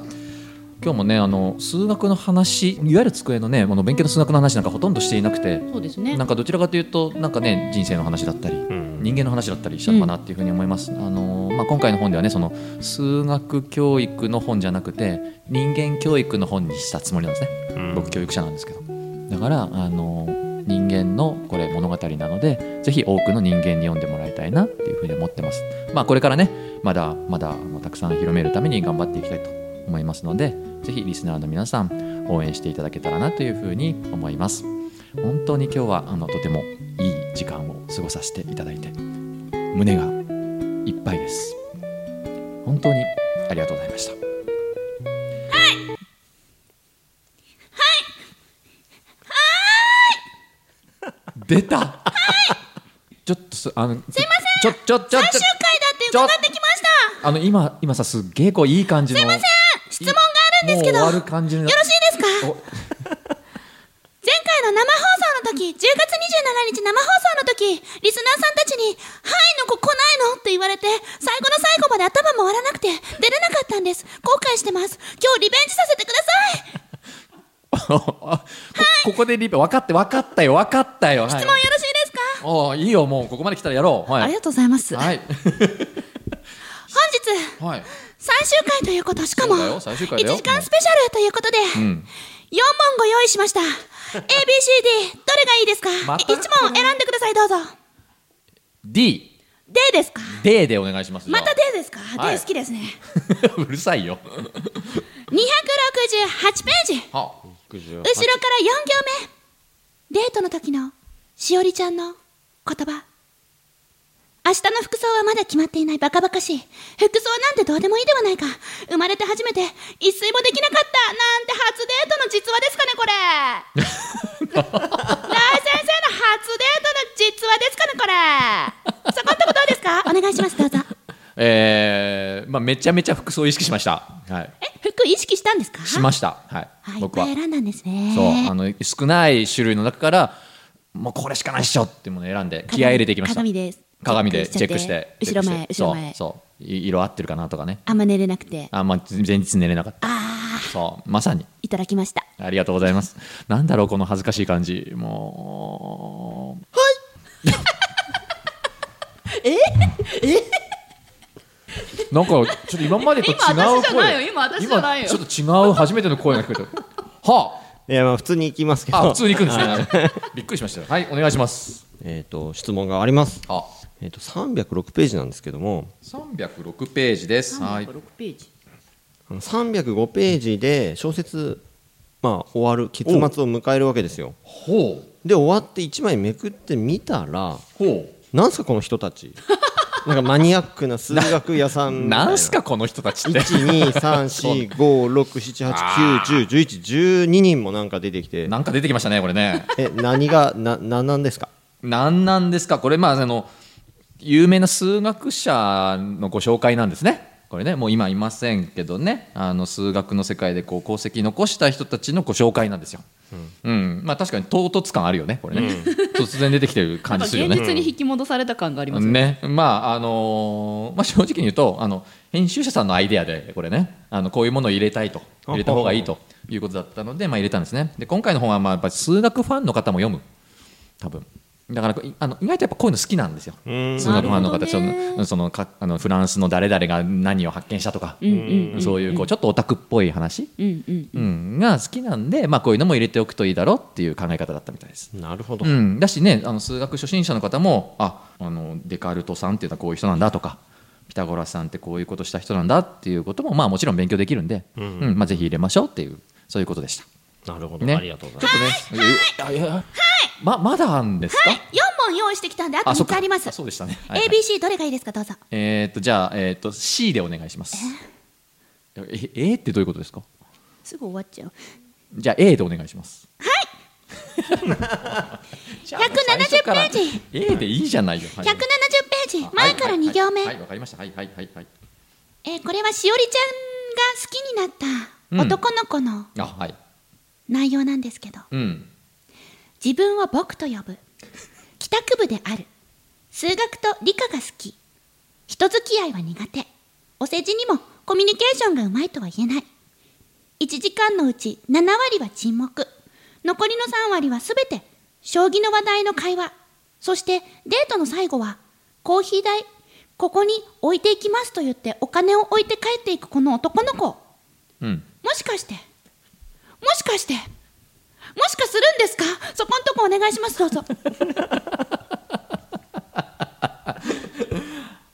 [SPEAKER 1] 今日もねあの数学の話いわゆる机のねこの勉強の数学の話なんかほとんどしていなくて
[SPEAKER 2] そうですね
[SPEAKER 1] なんかどちらかというとなんかね人生の話だったり、
[SPEAKER 5] ん
[SPEAKER 1] 人間の話だったりしたのかなっていうふうに思います、あのまあ、今回の本ではねその数学教育の本じゃなくて人間教育の本にしたつもりなんですね僕教育者なんですけどだからあの人間のこれ物語なのでぜひ多くの人間に読んでもらいたいなっていうふうに思ってますまあこれからねまだまだあのたくさん広めるために頑張っていきたいと思いますのでぜひリスナーの皆さん応援していただけたらなというふうに思います本当に今日はあのとてもいい時間を過ごさせていただいて胸がいっぱいです本当にありがとうございました出た、ちょっとすあのすいませんちょちょちょ最終回だって伺ってきましたあの今今さすっげえこういい感じのすいません質問があるんですけどもう終わる感じのよろしいですか
[SPEAKER 4] 前回の生放送の時10月27日生放送の時リスナーさんたちに「はいの子来ないの?」って言われて最後の最後まで頭回らなくて出れなかったんです後悔してます今日リベンジさせてください
[SPEAKER 1] こここでリベ分かって分かったよ分かったよ、はい、質
[SPEAKER 4] もうよろしいですか
[SPEAKER 1] おーいいよもうここまで来たらやろうは
[SPEAKER 4] あり
[SPEAKER 1] い
[SPEAKER 4] がとうございます本
[SPEAKER 1] はい
[SPEAKER 4] 日
[SPEAKER 1] はい
[SPEAKER 4] 最終回ということしかも
[SPEAKER 1] そうだよ最終
[SPEAKER 4] 1
[SPEAKER 1] 回だよ
[SPEAKER 4] 時間スペシャルと いうことで
[SPEAKER 1] う
[SPEAKER 4] 4問
[SPEAKER 1] ん
[SPEAKER 4] ご用意しました ABCD どれがいいですか
[SPEAKER 1] また
[SPEAKER 4] 1問選んでくださいどうぞ
[SPEAKER 1] D
[SPEAKER 4] でですか
[SPEAKER 1] デーでお願いします。
[SPEAKER 4] また
[SPEAKER 1] で
[SPEAKER 4] でですか、
[SPEAKER 1] い
[SPEAKER 4] で好きですね
[SPEAKER 1] うるさいよ。
[SPEAKER 4] 268ページ後ろか
[SPEAKER 1] は
[SPEAKER 4] ら4行目デートの時のしおりちゃんの言葉明日の服装はまだ決まっていないバカバカしい服装なんてどうでもいいではないか生まれて初めて一睡もできなかったなんて初デートの実話ですかねこれ ライ先生の初デートの実話ですかねこれそこんとこどうですかお願いしますどうぞ
[SPEAKER 1] えー、まあめちゃめちゃ服装を意識しました。はい。
[SPEAKER 4] え服意識したんですか
[SPEAKER 1] しました。はい。
[SPEAKER 4] はい、
[SPEAKER 1] 僕は。
[SPEAKER 4] いっぱい選んだんですね
[SPEAKER 1] そう。あの少ない種類の中から、もうこれしかないっしょってものを選んで気合い入れてきました。
[SPEAKER 4] 鏡です
[SPEAKER 1] 鏡でチェックして。
[SPEAKER 4] 後ろ前
[SPEAKER 1] チェックして
[SPEAKER 4] 後ろ前
[SPEAKER 1] そう。そうい色合ってるかなとかね。
[SPEAKER 4] あんま寝れなくて
[SPEAKER 1] あんま前日寝れなかった。
[SPEAKER 4] あー
[SPEAKER 1] そう。まさに。
[SPEAKER 4] いただきました
[SPEAKER 1] ありがとうございます。なんだろう、この恥ずかしい感じ。もう。はいええなんか、ちょっと今までと違う声。
[SPEAKER 2] 今私じゃないよ今私じゃないよ
[SPEAKER 1] 今ちょっと違う初めての声が聞こえた。は
[SPEAKER 5] えやまあ普通に行きますけど
[SPEAKER 1] あ、あ、普通に行くんですね。びっくりしましたよ。はい、お願いします。
[SPEAKER 5] えー、と質問があります、
[SPEAKER 1] あ、
[SPEAKER 5] えー、と306ページなんですけども
[SPEAKER 1] 306ページです。はい。
[SPEAKER 2] 6ページ
[SPEAKER 5] あの305ページで小説、まあ、終わる結末を迎えるわけですよ
[SPEAKER 1] ほう。
[SPEAKER 5] で終わって1枚めくってみたら
[SPEAKER 1] ほ
[SPEAKER 5] なんすかこの人たちなんかマニアックな数学屋さ
[SPEAKER 1] う。
[SPEAKER 5] んみたい
[SPEAKER 1] なんすか、この人たちって。
[SPEAKER 5] 123456789101112人もなんか出てきて
[SPEAKER 1] なんか出てきましたね、これね。
[SPEAKER 5] え何がな何なんですか
[SPEAKER 1] 何なんですかこれまああの有名な数学者のご紹介なんですねこれねもう今いませんけどねあの数学の世界でこう功績残した人たちのご紹介なんですよ、うんまあ、確かに唐突感あるよねこれね、突然出てきてる
[SPEAKER 2] な
[SPEAKER 1] 感
[SPEAKER 2] んか
[SPEAKER 1] じす
[SPEAKER 2] 現
[SPEAKER 1] るよね
[SPEAKER 2] 実に引き戻された感がありますよね
[SPEAKER 1] ねまああのーまあ、正直に言うとあの編集者さんのアイデアでこれねあのこういうものを入れたいと
[SPEAKER 5] あ
[SPEAKER 1] 入れた方がいいということだったので、まあ、入れたんですねで今回の本はまあやっぱり数学ファンの方も読む多分だからいあの意外とやっぱこういうの好きなんですよ
[SPEAKER 5] うん
[SPEAKER 1] 数学ファンの
[SPEAKER 2] な
[SPEAKER 1] 方
[SPEAKER 2] る
[SPEAKER 1] そ
[SPEAKER 2] ほどね
[SPEAKER 1] のそのかあのフランスの誰々が何を発見したとか、
[SPEAKER 2] うんうんうん
[SPEAKER 1] そういうこうちょっとオタクっぽい話、
[SPEAKER 2] うんうん
[SPEAKER 1] うん、が好きなんで、まあ、こういうのも入れておくといいだろうっていう考え方だったみたいです。
[SPEAKER 5] なるほど、
[SPEAKER 1] うん、だしねあの数学初心者の方もああのデカルトさんっていうのはこういう人なんだとかピタゴラスさんってこういうことした人なんだっていうことも、まあ、もちろん勉強できるんで、
[SPEAKER 5] うん
[SPEAKER 1] うんまあ、ぜひ入れましょうっていうそういうことでした。
[SPEAKER 5] なるほど、
[SPEAKER 1] ね
[SPEAKER 5] ありがとうござい
[SPEAKER 1] ちょ
[SPEAKER 5] ま
[SPEAKER 1] っとね、はいやいやいやままだあるんですか、
[SPEAKER 4] 4問用意してきたんであと
[SPEAKER 1] あそっ
[SPEAKER 4] 3
[SPEAKER 1] か
[SPEAKER 4] つあります
[SPEAKER 1] そうでしたね、はいはい
[SPEAKER 4] ABC どれがいいですかどうぞ
[SPEAKER 1] えーっとじゃあ、えーっと C でお願いしますええーってどういうことですか
[SPEAKER 4] すぐ終わっちゃう
[SPEAKER 1] じゃあ A でお願いします はい
[SPEAKER 4] 170ページ
[SPEAKER 1] A でいいじゃないよ、はい
[SPEAKER 4] 170ページ前から2行目、
[SPEAKER 1] はいはいわかりましたはいはいはいはい
[SPEAKER 4] えーこれはしおりちゃんが好きになった男の子の
[SPEAKER 1] あはい
[SPEAKER 4] 内容なんですけど、
[SPEAKER 1] うん
[SPEAKER 4] 自分を僕と呼ぶ帰宅部である数学と理科が好き人付き合いは苦手お世辞にもコミュニケーションがうまいとは言えない1時間のうち7割は沈黙残りの3割は全て将棋の話題の会話そしてデートの最後はコーヒー代ここに置いていきますと言ってお金を置いて帰っていくこの男の子
[SPEAKER 1] うん
[SPEAKER 4] もしかしてもしかしてもしかするんですかそこんとこお願いしますどうぞ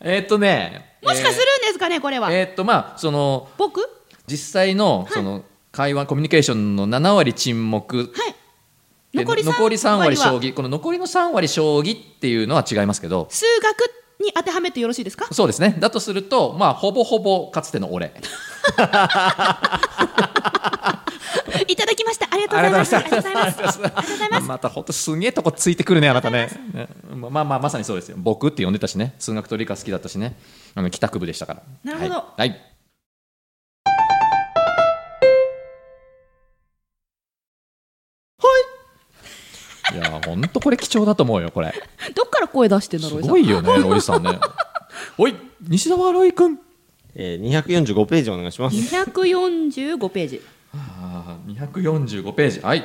[SPEAKER 1] えーっとね
[SPEAKER 2] もしかするんですかねこれ
[SPEAKER 1] えー
[SPEAKER 2] は
[SPEAKER 1] えーっとまあその
[SPEAKER 2] 僕
[SPEAKER 1] 実際のその会話コミュニケーションの7割沈黙
[SPEAKER 2] はい
[SPEAKER 1] で
[SPEAKER 2] 残り
[SPEAKER 1] 残り3割
[SPEAKER 2] は
[SPEAKER 1] 将棋この残りの3割将棋っていうのは違いますけど
[SPEAKER 2] 数学に当てはめてよろしいですか
[SPEAKER 1] そうですねだとするとまあほぼほぼかつての俺
[SPEAKER 4] いただきましたありがとうございますありがとうございますありがとうございます
[SPEAKER 1] またほんとすげえとこついてくるねあなたねままあまあまさにそうですよ僕って呼んでたしね数学と理科好きだったしねあの帰宅部でしたから
[SPEAKER 2] なるほど
[SPEAKER 1] はい、はいいや本当これ貴重だと思うよこれ
[SPEAKER 2] どっから声出してんだ
[SPEAKER 1] す
[SPEAKER 2] ろう
[SPEAKER 1] ごいよねロイさんねおい西澤ロイ君
[SPEAKER 5] す、えー、245ページお願いします
[SPEAKER 2] 245ページ
[SPEAKER 1] ああ245ページはい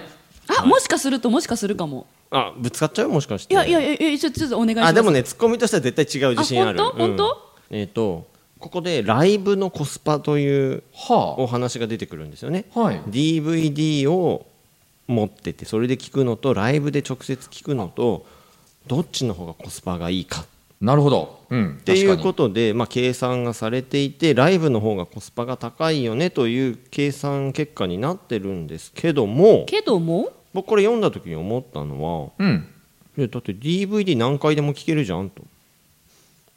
[SPEAKER 2] あもしかするともしかするかも
[SPEAKER 5] あぶつかっちゃうもしかして
[SPEAKER 2] い
[SPEAKER 5] い
[SPEAKER 2] やいやいやいやちょちょっとお願いします
[SPEAKER 5] あでもねツッコミとしては絶対違う自信ある
[SPEAKER 2] あ本当
[SPEAKER 5] うん
[SPEAKER 2] 本当
[SPEAKER 5] えっ、とここでライブのコスパというお
[SPEAKER 1] は
[SPEAKER 5] 話が出てくるんですよね、
[SPEAKER 1] あはい
[SPEAKER 5] DVD を持っててそれで聞くのとライブで直接聞くのとどっちの方がコスパがいいかっ
[SPEAKER 1] なるほど、うん、
[SPEAKER 5] っていう
[SPEAKER 1] 確
[SPEAKER 5] こ
[SPEAKER 1] か
[SPEAKER 5] とで、まあ、計算がされていてライブの方がコスパが高いよねという計算結果になってるんですけども
[SPEAKER 2] けども
[SPEAKER 5] 僕これ読んだ時に思ったのは
[SPEAKER 1] にうん
[SPEAKER 5] いやだって DVD 何回でも聴けるじゃんと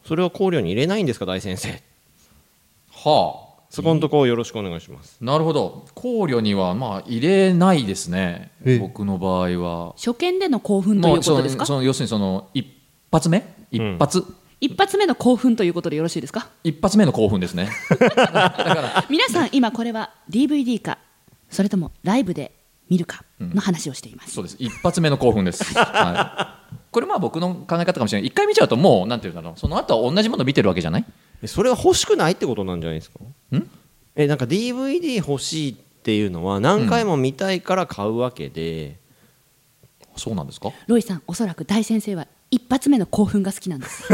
[SPEAKER 5] それは考慮に入れないんですか大先生
[SPEAKER 1] はあ
[SPEAKER 5] そこのとこをよろしくお願いします
[SPEAKER 1] なるほど考慮にはまあ入れないですね
[SPEAKER 5] え
[SPEAKER 1] 僕の場合は
[SPEAKER 2] 初見での興奮ということですか
[SPEAKER 1] もうそのその要するにその一発目一発、
[SPEAKER 2] 一発目の興奮ということでよろしいですか
[SPEAKER 1] 一発目の興奮ですね
[SPEAKER 2] 皆さん今これは DVD かそれともライブで見るかの話をしています、
[SPEAKER 1] そうです一発目の興奮です、はい、これまあ僕の考え方かもしれない一回見ちゃうともうなんていうんだろうその後は同じもの見てるわけじゃない
[SPEAKER 5] えそれは欲しくないってことなんじゃないですかえなんか DVD 欲しいっていうのは何回も見たいから買うわけで、
[SPEAKER 1] そうなんですか
[SPEAKER 2] ロイさんおそらく大先生は一発目の興奮が好きなんです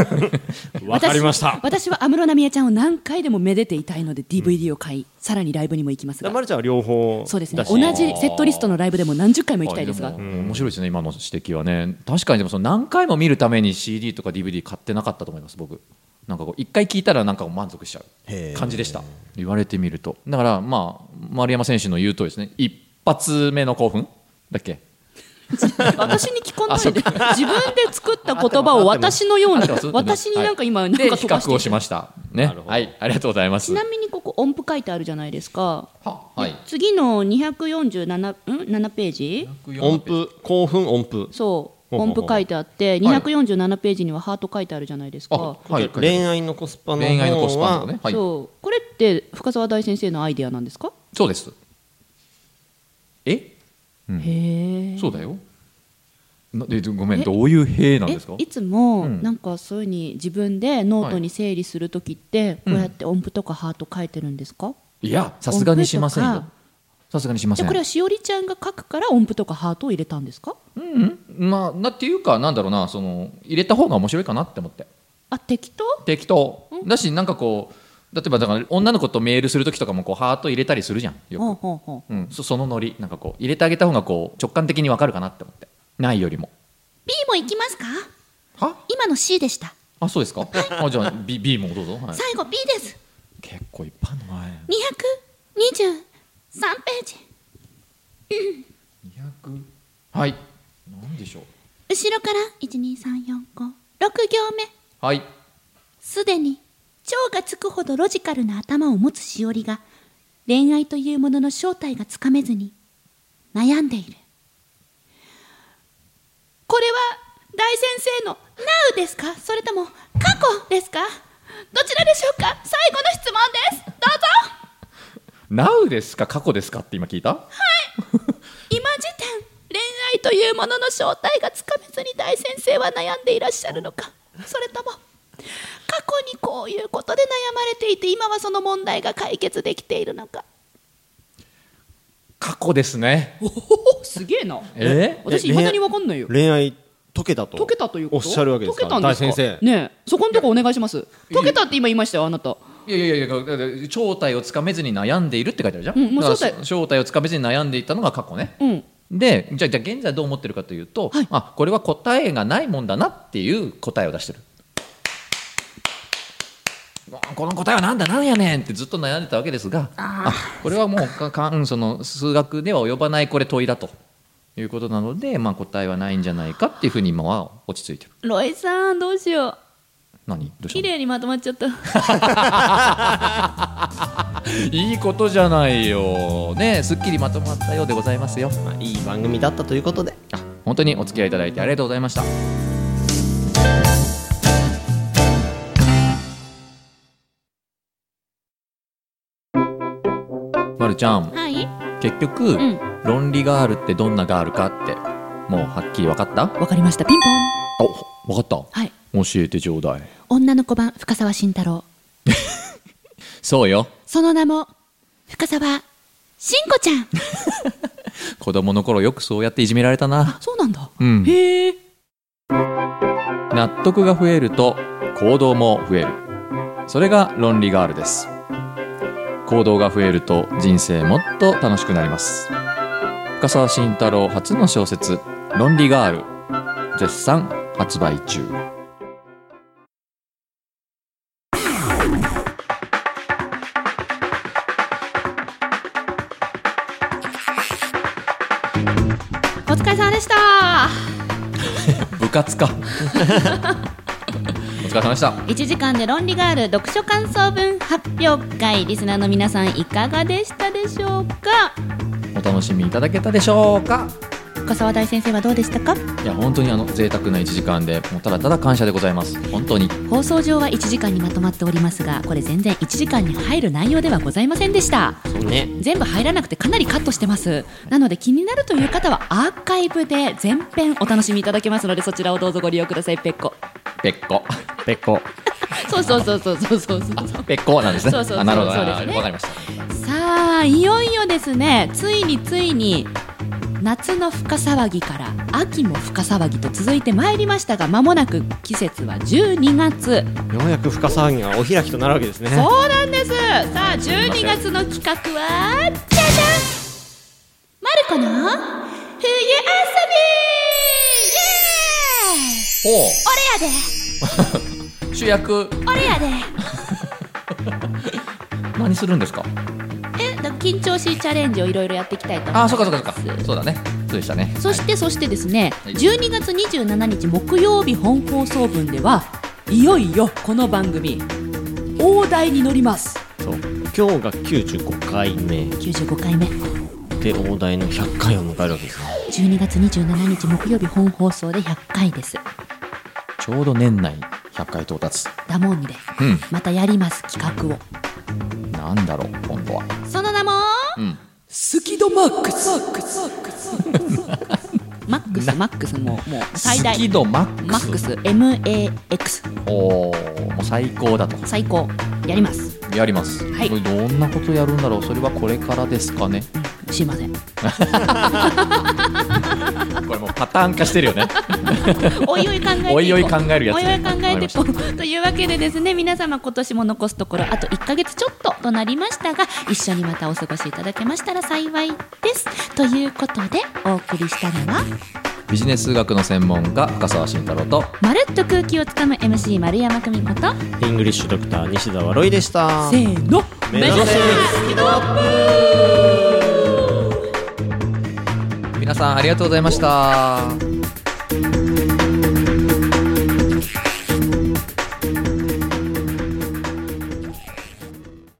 [SPEAKER 3] わかりました
[SPEAKER 2] 私私は安室奈美恵ちゃんを何回でもめでていたいので DVD を買い、さらにライブにも行きます
[SPEAKER 5] だ
[SPEAKER 2] が
[SPEAKER 5] まるちゃんは両方
[SPEAKER 2] そうですね
[SPEAKER 5] だし
[SPEAKER 2] 同じセットリストのライブでも何十回も行きたいですが、
[SPEAKER 1] あでも面白いですね今の指摘はね確かにでもその何回も見るために CD とか DVD 買ってなかったと思います僕なんかこう一回聞いたらなんか満足しちゃ
[SPEAKER 5] へ
[SPEAKER 1] う
[SPEAKER 5] ー
[SPEAKER 1] 感じでした言われてみるとだからまあ丸山選手の言うとりですね一発目の興奮だっけ
[SPEAKER 2] 私に聞か
[SPEAKER 1] あ
[SPEAKER 2] な
[SPEAKER 1] そっ
[SPEAKER 2] いで自分で作った言葉を私のよう
[SPEAKER 1] 合っ
[SPEAKER 2] に
[SPEAKER 1] てます合ってます
[SPEAKER 2] 私になんか今なんか
[SPEAKER 1] で
[SPEAKER 2] 飛
[SPEAKER 1] 比
[SPEAKER 2] ばして
[SPEAKER 1] 較をしましたね
[SPEAKER 5] なるほど
[SPEAKER 1] はいありがとうございます
[SPEAKER 2] ちなみにここ音符書いてあるじゃないですか
[SPEAKER 1] ははい
[SPEAKER 2] 次の247ん7ページ
[SPEAKER 5] 音符興奮音符
[SPEAKER 2] そう
[SPEAKER 5] ほうほう
[SPEAKER 2] 音
[SPEAKER 5] ほう
[SPEAKER 2] 符書いてあって
[SPEAKER 1] はい
[SPEAKER 2] 247ページにはハート書いてあるじゃないですか、
[SPEAKER 1] あはい
[SPEAKER 5] 恋愛のコスパの方は
[SPEAKER 1] 恋愛のコスパのねはい
[SPEAKER 2] そうこれって深澤大先生のアイデアなんですか、
[SPEAKER 1] そうですえ
[SPEAKER 2] へえ
[SPEAKER 1] そうだよなえごめんどういう兵なんですか
[SPEAKER 2] いつも
[SPEAKER 1] うん
[SPEAKER 2] なんかそういうふうに自分でノートに整理する時ってこうやって音符とかハート書いてるんですか、
[SPEAKER 1] いやさすがにしません
[SPEAKER 2] 音符
[SPEAKER 1] よ
[SPEAKER 2] とか
[SPEAKER 1] さすがにしま
[SPEAKER 2] じ
[SPEAKER 1] せ
[SPEAKER 2] ゃ
[SPEAKER 1] ん
[SPEAKER 2] あこれはしおりちゃんが書くから音符とかハートを入れたんですか
[SPEAKER 1] うんうんまあなっていうかなんだろうなその入れた方が面白いかなって思って
[SPEAKER 2] あ適当
[SPEAKER 1] 適当だしなんかこう例えばだから女の子とメールする時とかもこうハート入れたりするじゃんよ
[SPEAKER 2] ほうほうほ
[SPEAKER 1] く、うん、そそのノリなんかこう入れてあげた方がこう直感的にわかるかなって思ってないよりも
[SPEAKER 2] B も行きますか
[SPEAKER 1] は
[SPEAKER 2] 今の C でした
[SPEAKER 1] あそうですか あじゃあ B, B もどうぞ、はい、
[SPEAKER 2] 最後 B です
[SPEAKER 1] 結構いっぱいある
[SPEAKER 2] 223ページ
[SPEAKER 1] な200はい何でしょう
[SPEAKER 2] 後ろから12345行目
[SPEAKER 1] はい
[SPEAKER 2] すでに蝶がつくほどロジカルな頭を持つしおりが恋愛というものの正体がつかめずに悩んでいるこれは大先生の「NOW」ですかそれとも「過去」ですかどちらでしょうか最後の質問ですどうぞ
[SPEAKER 1] Now ですか過去ですかって今聞いた
[SPEAKER 2] 今時点恋愛というものの正体がつかめずに大先生は悩んでいらっしゃるのかそれとも過去にこういうことで悩まれていて今はその問題が解決できているのか
[SPEAKER 1] 過去ですね
[SPEAKER 2] おおすげえな
[SPEAKER 1] え
[SPEAKER 5] 私え未だに
[SPEAKER 2] わかんないよ
[SPEAKER 5] 恋愛解けたとおっしゃるわけですから大先生
[SPEAKER 2] ねえそこのとこお願いします
[SPEAKER 1] 解け
[SPEAKER 2] たって今言いましたよあなた
[SPEAKER 1] いやいやいやだから正体をつかめずに悩んでいるって書いてあるじゃん、
[SPEAKER 2] うんもう
[SPEAKER 1] だから
[SPEAKER 2] 正体
[SPEAKER 1] 正体をつかめずに悩んでいたのが過去ね
[SPEAKER 2] うん
[SPEAKER 1] でじゃあじゃあ現在どう思ってるかというと、
[SPEAKER 2] はい
[SPEAKER 1] あこれは答えがないもんだなっていう答えを出してるあこの答えはなんだなんやねんってずっと悩んでたわけですがあこれはもうかかんその数学では及ばないこれ問いだということなので、まあ、答えはないんじゃないかっていうふうに今は落ち着いてる
[SPEAKER 4] ロイさんどうしよう
[SPEAKER 1] 何どうした
[SPEAKER 4] 綺
[SPEAKER 1] の
[SPEAKER 4] 麗にまとまっちゃった
[SPEAKER 1] いいことじゃないよねえすっきりまとまったようでございますよ
[SPEAKER 5] まあいい番組だったということで
[SPEAKER 1] あ本当にお付き合いいただいてありがとうございましたまるちゃん
[SPEAKER 4] はい
[SPEAKER 1] 結局、
[SPEAKER 4] ん
[SPEAKER 1] ロンリガールってどんなガールかってもうはっきり分かった
[SPEAKER 2] わかりましたピンポン
[SPEAKER 1] お分かった
[SPEAKER 2] はい
[SPEAKER 1] 教えてちょうだい
[SPEAKER 2] 女の子版深沢慎太郎
[SPEAKER 1] そうよ
[SPEAKER 2] その名も深沢慎子ちゃん
[SPEAKER 1] 子供の頃よくそうやっていじめられたな
[SPEAKER 2] そうなんだ
[SPEAKER 1] うん
[SPEAKER 2] へえ
[SPEAKER 1] 納得が増えると行動も増えるそれが論理ガールです行動が増えると人生もっと楽しくなります深沢慎太郎初の小説「論理ガール」絶賛発売中部活か お疲れ様でした
[SPEAKER 2] 1時間で論理ガール読書感想文発表会リスナーの皆さんいかがでしたでしょうか
[SPEAKER 1] お楽しみいただけたでしょうか
[SPEAKER 2] 小沢大先生はどうでしたか
[SPEAKER 1] いや本当にあの贅沢な1時間でもうただただ感謝でございます本当に
[SPEAKER 2] 放送上は1時間にまとまっておりますがこれ全然1時間に入る内容ではございませんでした
[SPEAKER 5] ね
[SPEAKER 2] 全部入らなくてかなりカットしてますなので気になるという方はアーカイブで全編お楽しみいただけますのでそちらをどうぞご利用くださいペッコ
[SPEAKER 1] ペッコ
[SPEAKER 5] ペコ
[SPEAKER 2] そうそうそうそうそうそうそう
[SPEAKER 1] ペッコなんですね
[SPEAKER 2] そうそうそう
[SPEAKER 1] あなるほど
[SPEAKER 2] そうで
[SPEAKER 1] わ、
[SPEAKER 2] すね
[SPEAKER 1] かりました
[SPEAKER 2] さあいよいよですねついについに夏の深騒ぎから秋も深騒ぎと続いてまいりましたが間もなく季節は12月
[SPEAKER 5] ようやく深騒ぎがお開きとなるわけですね
[SPEAKER 2] そうなんですさあ12月の企画はじゃじゃんマルコの冬遊びイエーイ
[SPEAKER 1] ほ
[SPEAKER 2] 俺やで
[SPEAKER 1] う 主役
[SPEAKER 2] 俺やで
[SPEAKER 1] 何するんですか
[SPEAKER 2] えだから緊張しいチャレンジをいろいろやっていきたいと思い
[SPEAKER 1] あ
[SPEAKER 2] ま
[SPEAKER 1] ー
[SPEAKER 2] す
[SPEAKER 1] そうかそうかそうかそうだねそうでしたね
[SPEAKER 2] そして、そしてですね、
[SPEAKER 1] はい
[SPEAKER 2] 12月27日木曜日本放送分ではいよいよこの番組大台に乗ります
[SPEAKER 5] そう今日が95回目
[SPEAKER 2] 95回目
[SPEAKER 5] で大台の100回を迎えるわけですね
[SPEAKER 2] 12月27日木曜日本放送で100回です
[SPEAKER 1] ちょうど年内100回到達
[SPEAKER 2] ダモンで
[SPEAKER 1] うん
[SPEAKER 2] またやります企画を
[SPEAKER 1] なんだろう今度は
[SPEAKER 2] その名も
[SPEAKER 1] うん
[SPEAKER 2] スキ ドマックスマックスマックスもうもう最大
[SPEAKER 1] スキドマックス
[SPEAKER 2] マックス MAX
[SPEAKER 1] おーもう最高だと
[SPEAKER 2] 最高やります
[SPEAKER 1] やります、
[SPEAKER 2] はい
[SPEAKER 1] これどんなことやるんだろうそれはこれからですかね
[SPEAKER 2] すいませ ん
[SPEAKER 1] これもうパターン化してるよ ね
[SPEAKER 2] おいおい考えていこう
[SPEAKER 1] おいおい考えるやつ
[SPEAKER 2] おいおい考えていこ
[SPEAKER 1] わかり
[SPEAKER 2] うというわけでですね皆様今年も残すところあと1ヶ月ちょっととなりましたが一緒にまたお過ごしいただけましたら幸いですということでお送りしたのは
[SPEAKER 1] ビジネス数学の専門家深澤慎太郎と
[SPEAKER 2] まるっと空気をつかむ MC 丸山久美子と
[SPEAKER 5] イングリッシュドクター西澤ロイでした
[SPEAKER 2] ーの
[SPEAKER 5] 目指せ
[SPEAKER 1] 皆さんありがとうございました